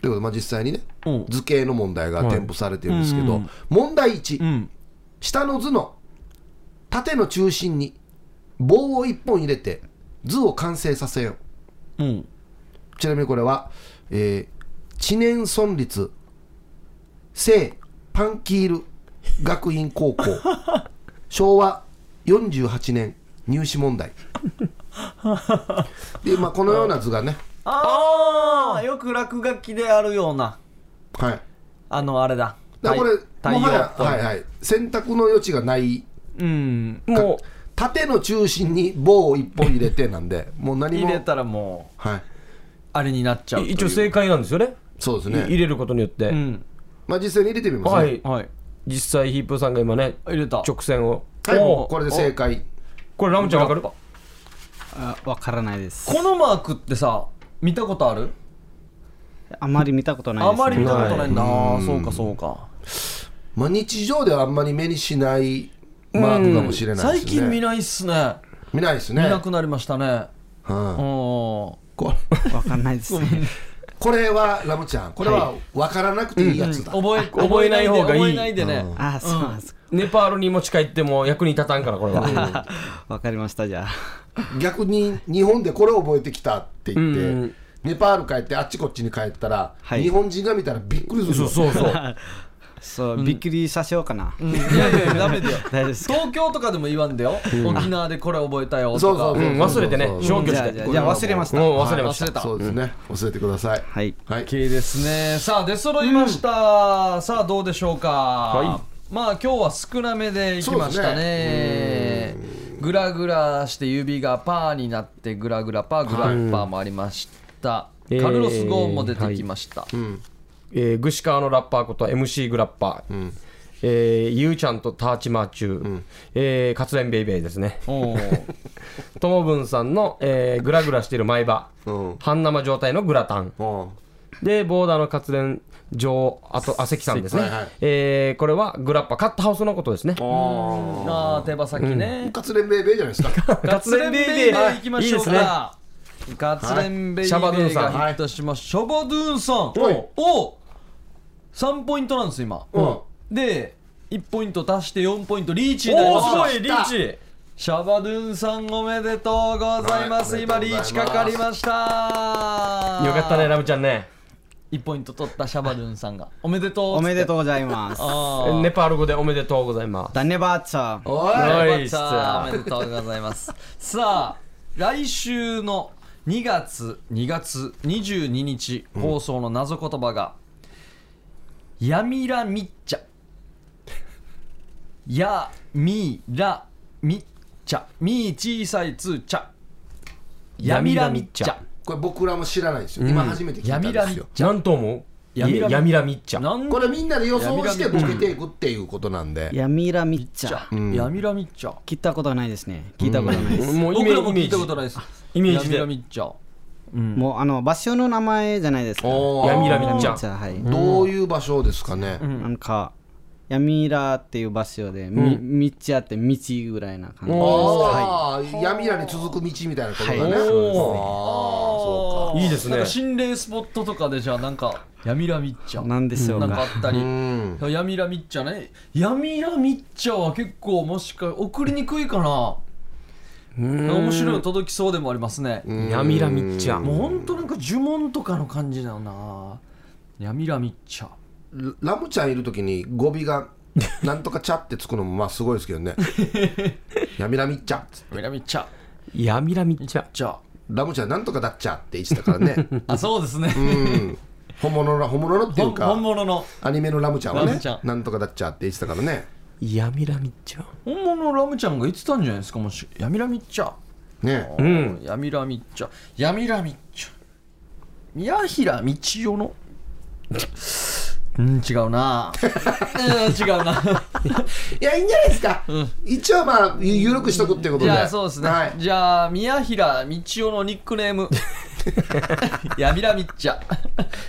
とで、まあ、実際にねうん図形の問題が添付されてるんですけど、問題1、ん下の図の縦の中心に棒を1本入れて図を完成させようんうちなみにこれは、えー、知念村立聖パンキール学院 [LAUGHS] 高校昭和48年入試問題で、まあ、このような図がね、ああよく落書きであるようなはい、あのあれだだからこれ、太もは陽やっ、ぽいはいはい、選択の余地がないうんも縦の中心に棒を一本入れてなんでもう何も入れたらもはい、あれになっちゃうという一応正解なんですよねそうですいね入れることによって、うんまあ実際に入れてみますねはいはい実際ヒープーさんが今ね入れた直線をはい、おもううこれで正解これラムちゃんわかるあわからないです。このマークってさ見たことあるあまり見たことないあです、ね。まり見たことはないんだああそうかそうかまあ日常ではあんまり目にしないマークかもしれないで最すね近見ないっすね見ないです見ねなくなりましたねはいうんこれいわかんないですね。これはラムちゃんこれは分からなくていいやつだ、覚え覚えない方がいい覚えないでねあ、そうなんですか。ネパールに持ち帰っても役に立たんからこれはわかりました、じゃあ。逆に日本でこれを覚えてきたって言って、うんネパール帰ってあっちこっちに帰ったら、はい日本人が見たらびっくりするそうそうそうそう、びっくりさせようかな。いやいやダメだよ大丈夫ですか。東京とかでも言わんだよ沖縄でこれ覚えたよとそうそうかそううん忘れてねそう消そう去じしゃあ、てじゃあじゃあ忘れました。もう忘れまし忘れたそうですね忘れてくださいはい。はい、 OK ですねさあ出揃いました、さあどうでしょうか、まあ今日は少なめでいきましたそうねグラグラして指がパーになってグラグラパーグラパーもありました、いカルロス・ゴーンも出てきました、えー、グシカワのラッパーこと MC グラッパー、えーゆうちゃんとターチマーチュー、えー、カツレンベイベイですねおーともぶんさんの、えー、グラグラしている前歯、うん半生状態のグラタンうんでボーダーの活連場あとあ関さんですね、はいはいえーこれはグラッパカットハウスのことですねあー手羽先ね、カツレンベイベイじゃないですかガツレンベイベイでいきましょういいですねかガツレンベイベイはいシャバドゥンさがんヒットしましたシャバドゥンさんはいお3ポイントなんです今、うんで1ポイント足して4ポイントリーチになりましたリーチシャバドゥンさんおめでとうございます、はい今おめリでーとうございますチかかりましたよよかかったねラムちゃんね1ポイント取ったシャバドゥンさんがおめでとうおめでうとうございます。あーネパール語でおめでとうございますダネバーチャー。おいはよいかったおめでとうございますさあ来週の2月2月22日放送の謎言葉が「ヤミラミッチャ」「ヤミラミッチャ」「ミー小さいつちゃ」「ヤミラミッチャ」これ僕らも知らないですよ、今初めて聞いたん闇ラですミよなんと思う闇ラミやみらみっちゃなんこれみんなで予想してボケていくっていうことなんで、ヤミラミッチャー。ヤミラミッチャ聞いたことはないですね。聞いたことないです。もうイ僕メらもージ聞いたことないですイメージでヤミラミッチャもう、あの、場所の名前じゃないですか。おー闇ラミヤッミチラミッチャャー、はい。どういう場所ですかね、なんか、ヤミラっていう場所で、み、道あって道ぐらいな感じ。ああ、闇らに続く道みたいなことだね。はいああ、そういいですなねんか心霊スポットとかでじゃあなんか闇ラミッチャなんでしょうかなんかあったか。うりん。闇ラミッチャね闇ラミッチャは結構もしか送りにくいかな面白いの届きそうでもありますねやみらみっちゃもうほんとなんか呪文とかの感じだよな闇ラミッチャラムちゃんいるときに語尾が、なんとかちゃってつくのもまあすごいですけどね。闇らみっちゃっつって闇ラミッチャやみらみっちゃじゃラムちゃんなんとかだっちゃって言ってたからね。ああそうですねうん。本物の、本物のってい本本うか、物のアニメのラムちゃんはラねムちゃ、んなんとかだっちゃって言ってたからね。やみらみっちゃ本物のラムちゃんが言ってたんじゃないですかもし闇ラミッチャね。うん闇ラミッチャ闇ラミッチャ宮平道夫のうん違うなうん違うないや、いいんじゃないですか。一応まあ、ゆ緩くしとくっていうことじで。ゃあそうですね、はい。じゃあ宮平道夫のニックネ [LAUGHS] ーム闇ラミッチャ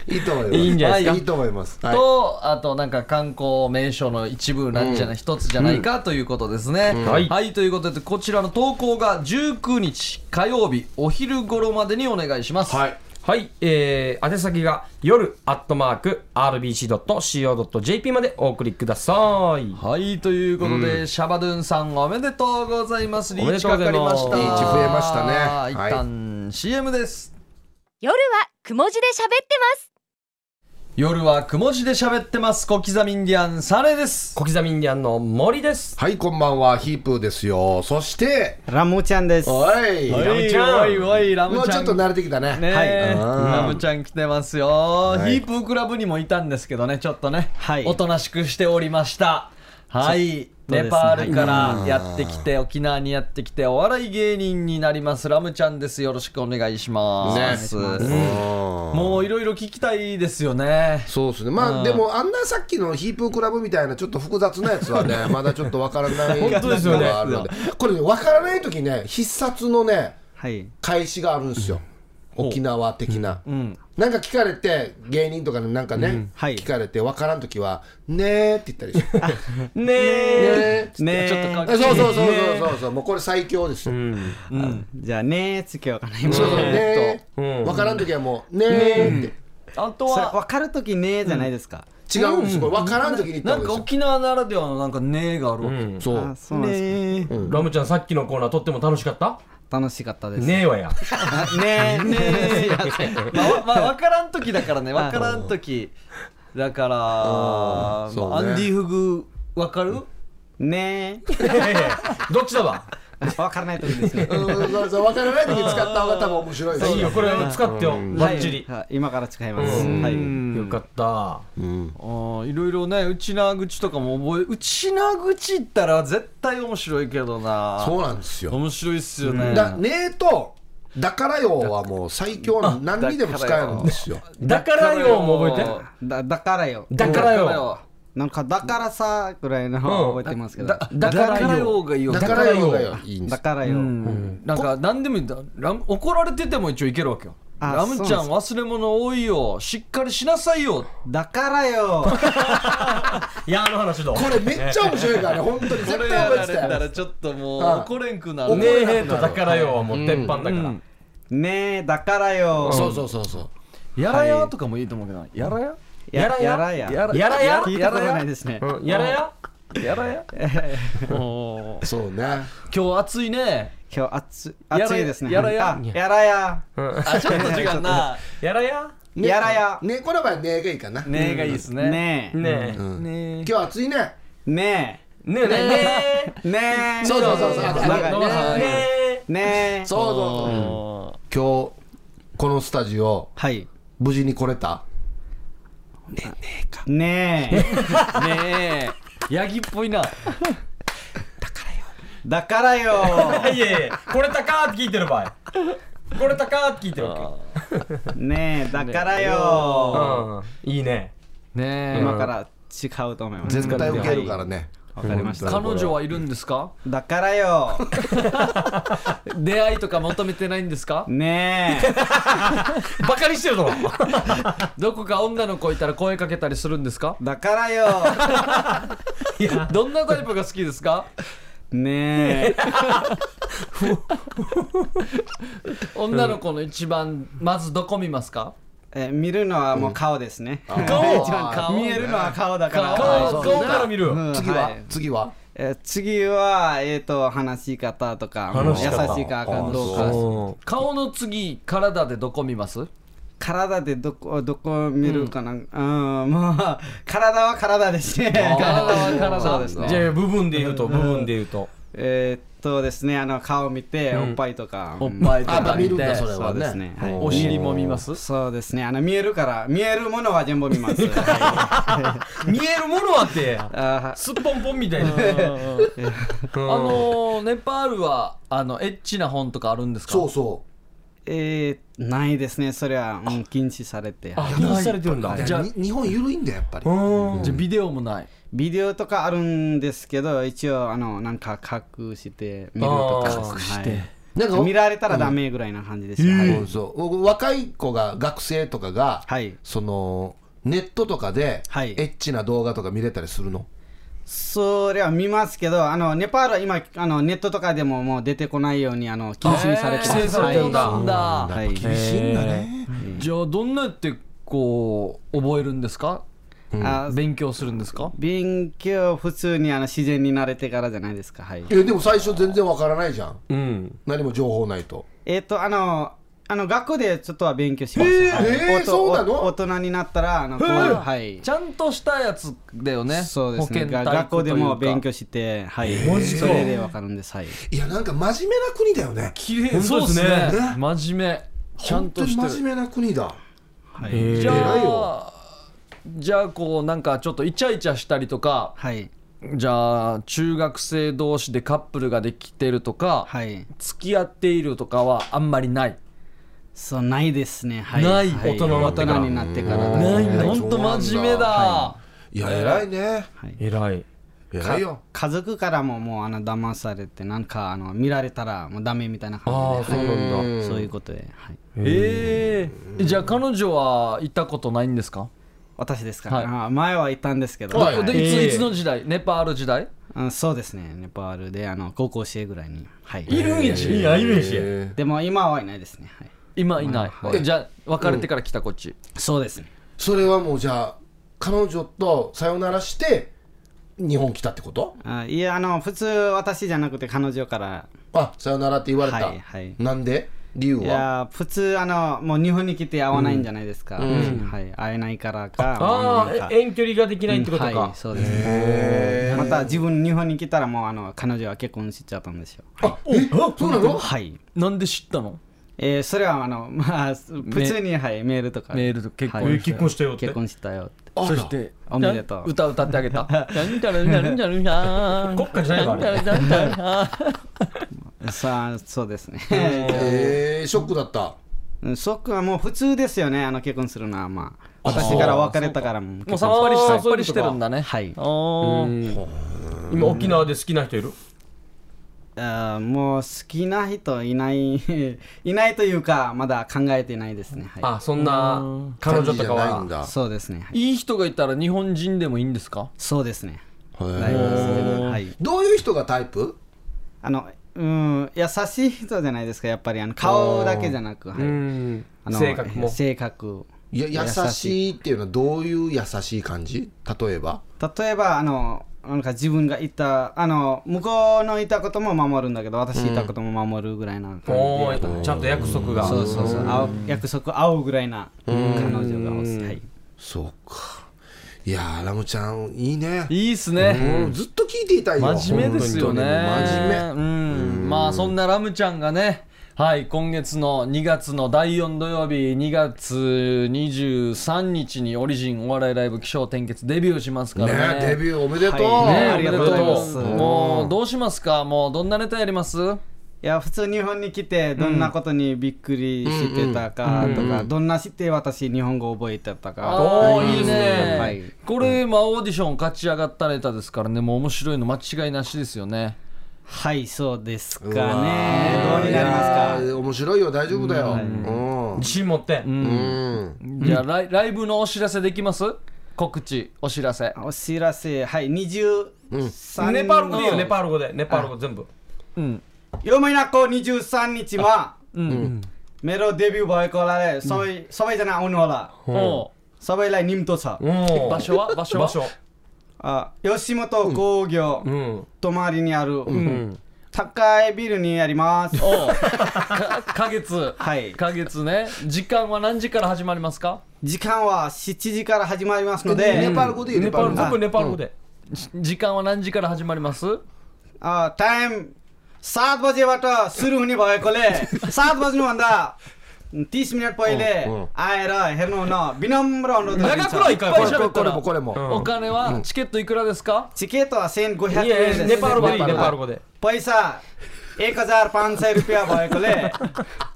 いいと思います。いいんじゃないですかいいと思います。はいと、あとなんか観光名所の一部なんじゃない、一つじゃないかということですね、んはいということでこちらの投稿が19日火曜日お昼頃までにお願いします、はい。はい、えー、宛先が夜アットマーク RBC.CO.JP までお送りください。はい、ということで、シャバドゥンさんおめでとうございます。リおめーでチとうごかかざいりまますした。リーチ増えましたねはい一旦 CM です。夜はくも字で喋ってます夜はくも字で喋ってます。小刻みインディアン、サネです。小刻みインディアンの森です。はい、こんばんは、ヒープーですよ。そして、ラムちゃんです。おい、おいラムちゃんおいおい、ラムもうちちゃょん。っと慣れてきたね。ねえ、うんラムちゃん来てますよ、いヒープークラブにもいたんですけどね、ちょっとね、はいおとなしくしておりました。はい。ですネねパールからやってきて、沖縄にやってきてお笑い芸人になりますラムちゃんですよろしくお願いします、うんもういろいろ聞きたいですよねそうですねまうあんでもあんなさっきのヒープークラブみたいなちょっと複雑なやつはね [LAUGHS] まだちょっとわからない本当ですよねのがあるのでこれねわからない時ね必殺のねはい返しがあるんですよ沖縄的な、うんなんか聞かれて芸人とかになんかね、はい聞かれてわからん時は「ねー」って言ったりして [LAUGHS] 「ねねえー」ってねちょっとかえっそうそうそうそうそうそうもうこれ最強ですよ、じゃあねえつけようかな今そうそうねうーんわからん時はもう「ねー」ってあとそれは分かるときねえじゃないですか違うんですこれわからん時に言ったなんんでかすよ沖縄ならではのなんか「ね」があるわけ、うんそうあそうなんですねラムちゃんさっきのコーナーとっても楽しかった楽しかったですねえ [LAUGHS] わやあねえねえまあ、わまあ、分からん時だからね [LAUGHS] 分からん時だから、まあそうねアンディ・フグ分かるねいやいやどっちだわえ [LAUGHS] 分からないとき [LAUGHS] ですねうんそうそう分からない時に使った方が多分面白いですいいよこれ使ってよバッチリはい今から使いますうんはういんよかったうんあーいろいろね内縄口とかも覚え内縄口言ったら絶対面白いけどなそうなんですよ面白いっすよね、だねーと「だからよ」はもう最強な何にでも使えるんですよだからよも覚えてだだからよだからだからよよなんかだからさぐらいの方うん覚えてますけどだだだからよがいいよだだかかららよがよいいんですからよなんか何でもいいんだラム怒られてても一応いけるわけよあラムちゃんそう忘れ物多いよしっかりしなさいよだからよいやあの話どうこれめっちゃ面白いからね本当にこれ絶や対覚らえれてたたよらちょっともはいう怒れんくなるねえとだからよはもう鉄板だからねえだからよそうそうそうそうやらやとかもいいと思うけどなやらややらややらややらやらや聞いたことないですねうんやらややらやおーそうね今日暑いね今日暑いやらや暑いですねやらやあやらやあちょっと違うなやらやねやらやねこの場合ねがいいかな今ねえがいいですねねえねえね日暑いねねえねえねえねええねえそうそうそうそうねあ野長い川さんねねえねえそうそうそうお今日このスタジオはい無事に来れたねえーねえヤギっぽいなだからよいやいやいやこれたかーって聞いてる場合これたかーって聞いてるわねえだからよけうんいいねねえ今から違うと思います絶対受けるからねわかりました彼女はいるんですかだからよ出会いとか求めてないんですかねえバカにしてるぞどこか女の子いたら声かけたりするんですかだからよどんなタイプが好きですかねえ女の子の一番まずどこ見ますかえ見るのはもう顔ですね顔顔見えるのは顔だから顔顔そうね顔から見るうん次ははい次はえー次は、えー、と話し方とか話し方優しいかあかんどうあかうん顔の次体でどこ見ます体でどこどこ見るかな、うん、まあ体は体ですね体は体そうですじねゃあ部分で言うと部分で言うとえーっとですねあの顔見て、おっぱいとかおっぱいとあまかあ見る見んだてそれはそうですねねはいお尻も見ますそうですねあの見えるから見えるものは全部見ます、見えるものはってあすっぽんぽんみたいなあのーネパールはあのエッチな本とかあるんですかそうそえーないですねそれは、うん、禁止されてあ禁止されてるんだうじじゃゃああ日本緩いんだよやっぱりうんじゃあビデオもないビデオとかあるんですけど一応あのなんか隠して見るとかですねあー隠してなんかはい、見られたらダメぐらいな感じです、そうそう僕若い子が学生とかが、はいそのネットとかで、はいエッチな動画とか見れたりするのそれは見ますけどあのネパールは今あのネットとかでももう出てこないようにあの禁止にされてますえー規制されてるんだはいだはいやっぱ厳しいんだね、じゃあどんなやってこう覚えるんですかあ勉強するんですか勉強普通にあの自然に慣れてからじゃないですかはいいやでも最初全然わからないじゃんうん何も情報ないとえっ、とあのあの学校でちょっとは勉強します、えーはいえーおとそうなのお大人になったらあのこうはいちゃんとしたやつだよねそうです保ね険体育学校でもというか勉強してはい、マジかそれでわかるんですはいいやなんか真面目な国だよね綺麗本当そうでですすねね真面目ちゃん本当とにしてる真面目な国だじゃ偉いあじゃあこうなんかちょっとイチャイチャしたりとかはいじゃあ中学生同士でカップルができてるとか、はい付き合っているとかはあんまりないそうないですねはいないはい大人になってから大人になってからうんないはいほんと真面目だ、いや偉いね偉い偉いよ家族からももうあの騙されてなんかあの見られたらもうダメみたいなあ感あじそうで、なんだ、はいそういうことで、はい、ええじゃあ彼女は行ったことないんですか、私ですか、はいあー前は行ったんですけど、はいはいでいつ、ええいつの時代ネパール時代あそうですねネパールであの高校生ぐらいに、はい、るんやしいやいるんやしえでも今はいないですね、はい、今いない、はいじゃあ別れてから来たこっち、そうですねそれはもうじゃあ彼女とさよならして日本来たってことあいやあの普通私じゃなくて彼女からあさよならって言われた、はいはいなんで理由いはや普通あのもう日本に来て会わないんじゃないですか、はい、会えないからかあなんかあえ遠距離ができないってことか、うんはい、そうですねまた自分日本に来たらもうあの彼女は結婚しちゃったんですよあえそうなのはいなんで知ったのえー、それはあの [LAUGHS] まあ普通にはいメールとかメールと結婚はえいして結婚したよって結婚したよってあそしておめでとう歌歌ってあげたなんちゃらなんちゃらなんちゃらなん国家じゃないのあれちゃらなんちゃらなんちゃらさあそうですねえー、ショックだったうんショックはもう普通ですよねあの結婚するのはまあ私から別れたからもうもうさっぱりしあさーっぱりしてるんだねはいおー今沖縄で好きな人いるあーもう好きな人いない [LAUGHS] いないというかまだ考えてないですねはあそんな彼女感じとかじゃないんはいうだそうですね、はいい、い人がいたら日本人でもいいんですかそうですねへだいぶですねはいどういう人がタイプあのうん優しい人じゃないですかやっぱりあの顔だけじゃなく、はいうんあの性格も性格いや優しいっていうのはどういう優しい感じ例えば例えばあのなんか自分が言ったあの向こうの言ったことも守るんだけど私言ったことも守るぐらいな感じで、おーちゃんと約束がそうそうそう会う約束合うぐらいな彼女がおすはいそうかいやーラムちゃんいいねいいっすねうんずっと聞いていたいよ真面目ですよね本当にもう真面目うんまあそんなラムちゃんがねはい今月の2月の第4土曜日2月23日にオリジンお笑いライブ起承転結デビューしますからねねデビューおめでとう、はいねねあありりがとがとううごございざいまますすもうどうしますかもうどんなネタやりますいや普通日本に来てどんなことにびっくりしてたかとかどんなして私日本語覚えてたかああいいね、はいこれ、まあ、オーディション勝ち上がったネタですからねもう面白いの間違いなしですよねはいそうですかねうわーどういになりますかやー面白いよ大丈夫だよ、うん自信持ってうんじゃあライライブのお知らせできます告知お知らせお知らせはい23ネパール語でいいよネパール語でネパール語全部うんよもいなこ23日はメロデビューバイコーラでそばいそばいじゃないおにほらおそばいらいにむとさうんう場所は場所は場所あ吉本興業うん隣にある高いビルにありますおうかか月はいか月ね時間は何時から始まりますか時間は7時から始まりますので、ネパール語でいいネパール語全部ネパール語でじ時間は何時から始まりますあタイム7 बजेबाट सुरु हुने भएकोले सात बज्नुभन्दा तिस मिनट पहिले आएर हेर्नुहुन विनम्र अनुरोध 長くないいっぱい गरिन्छ かこ喋れっこれもこれも、お金はチケットいくらですか चिकेत हसेन いやいやネパール語でいい गोख्या ネパール語で पैसा एक हजार पाँच सय रुपियाँ भएकोले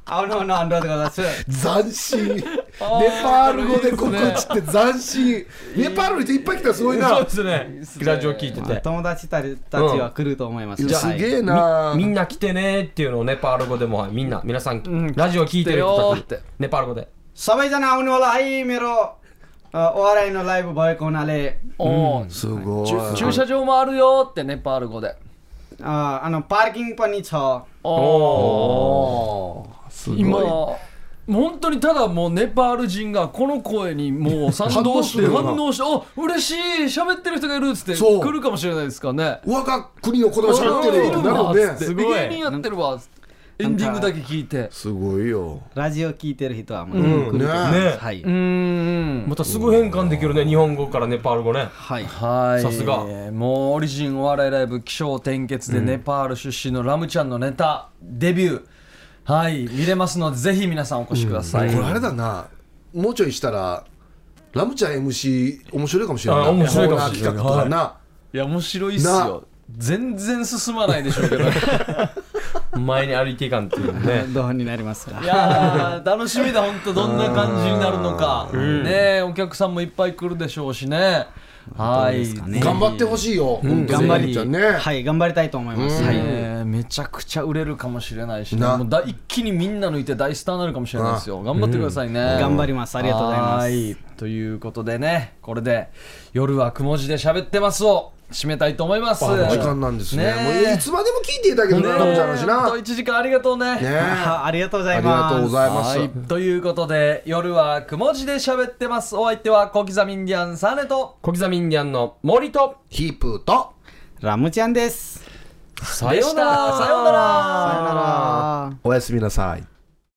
आउनुहुन अनुरोध गर्दछु 斬新ネパール語で告知って斬新ネパールの人いっぱい来たらすごいそうなですねラジオ聞いてて友達たちたちは来ると思います。いやすはいげえなみんな来てねっていうのをネパール語でもはいみんな皆さんラジオ聞いてる人たちネパール語で सबैजना आउनु होला है मेरो अ, ओआरआई नो लाइभ भएको हुनाले おうすごい駐駐車場もあるよってネパール語で अ, आन- पार्किङ पनि छ お今もう本当にただもうネパール人がこの声にもう賛同して [LAUGHS] 反応するよな反応してあ嬉しい喋ってる人がいるっつってそう来るかもしれないですからね我が国の子供喋ってるいよるなるわほっつどっねてすごい芸人やってるわっつってエンディングだけ聞いてすごいよラジオ聞いてる人はもう、来ると思いますねはい、うーんまたすぐ変換できるね日本語からネパール語ねはい、はいさすがもうオリジンお笑いライブ起承転結でネパール出身のラムちゃんのネタデビューはい見れますのでぜひ皆さんお越しください、これあれだなもうちょいしたらラムちゃん MC 面白いかもしれあない面白いかもしコーナれないー企画とかな、いいや面白いっすなよ全然進まないでしょうけど [LAUGHS] い前に歩いていかんっていうねどうになりますかやー楽しみだ本当どんな感じになるのかねえお客さんもいっぱい来るでしょうしねはいですかね頑頑張張ってほしいよ、本当に頑張りゆうちゃんね、はい頑張りたいと思いますはいえーめちゃくちゃ売れるかもしれないしねなもうだ一気にみんな抜いて大スターになるかもしれないですよ頑張ってくださいね、頑張りますありがとうございますはいということでねこれで「夜はくも字で喋ってます」を締めたいと思いますあもう時間なんですねもういつまでも聞いていただけるねな、ともちゃんの話な。 1時間ありがとうねねあありがとうござあいりがますとうございます。はいということで夜はくも字で喋ってますお相手は小刻みインディアンサネと小刻みインディアンの森とヒープーと、ラムちゃんですささようならでしたさようならよならおやすみなさい。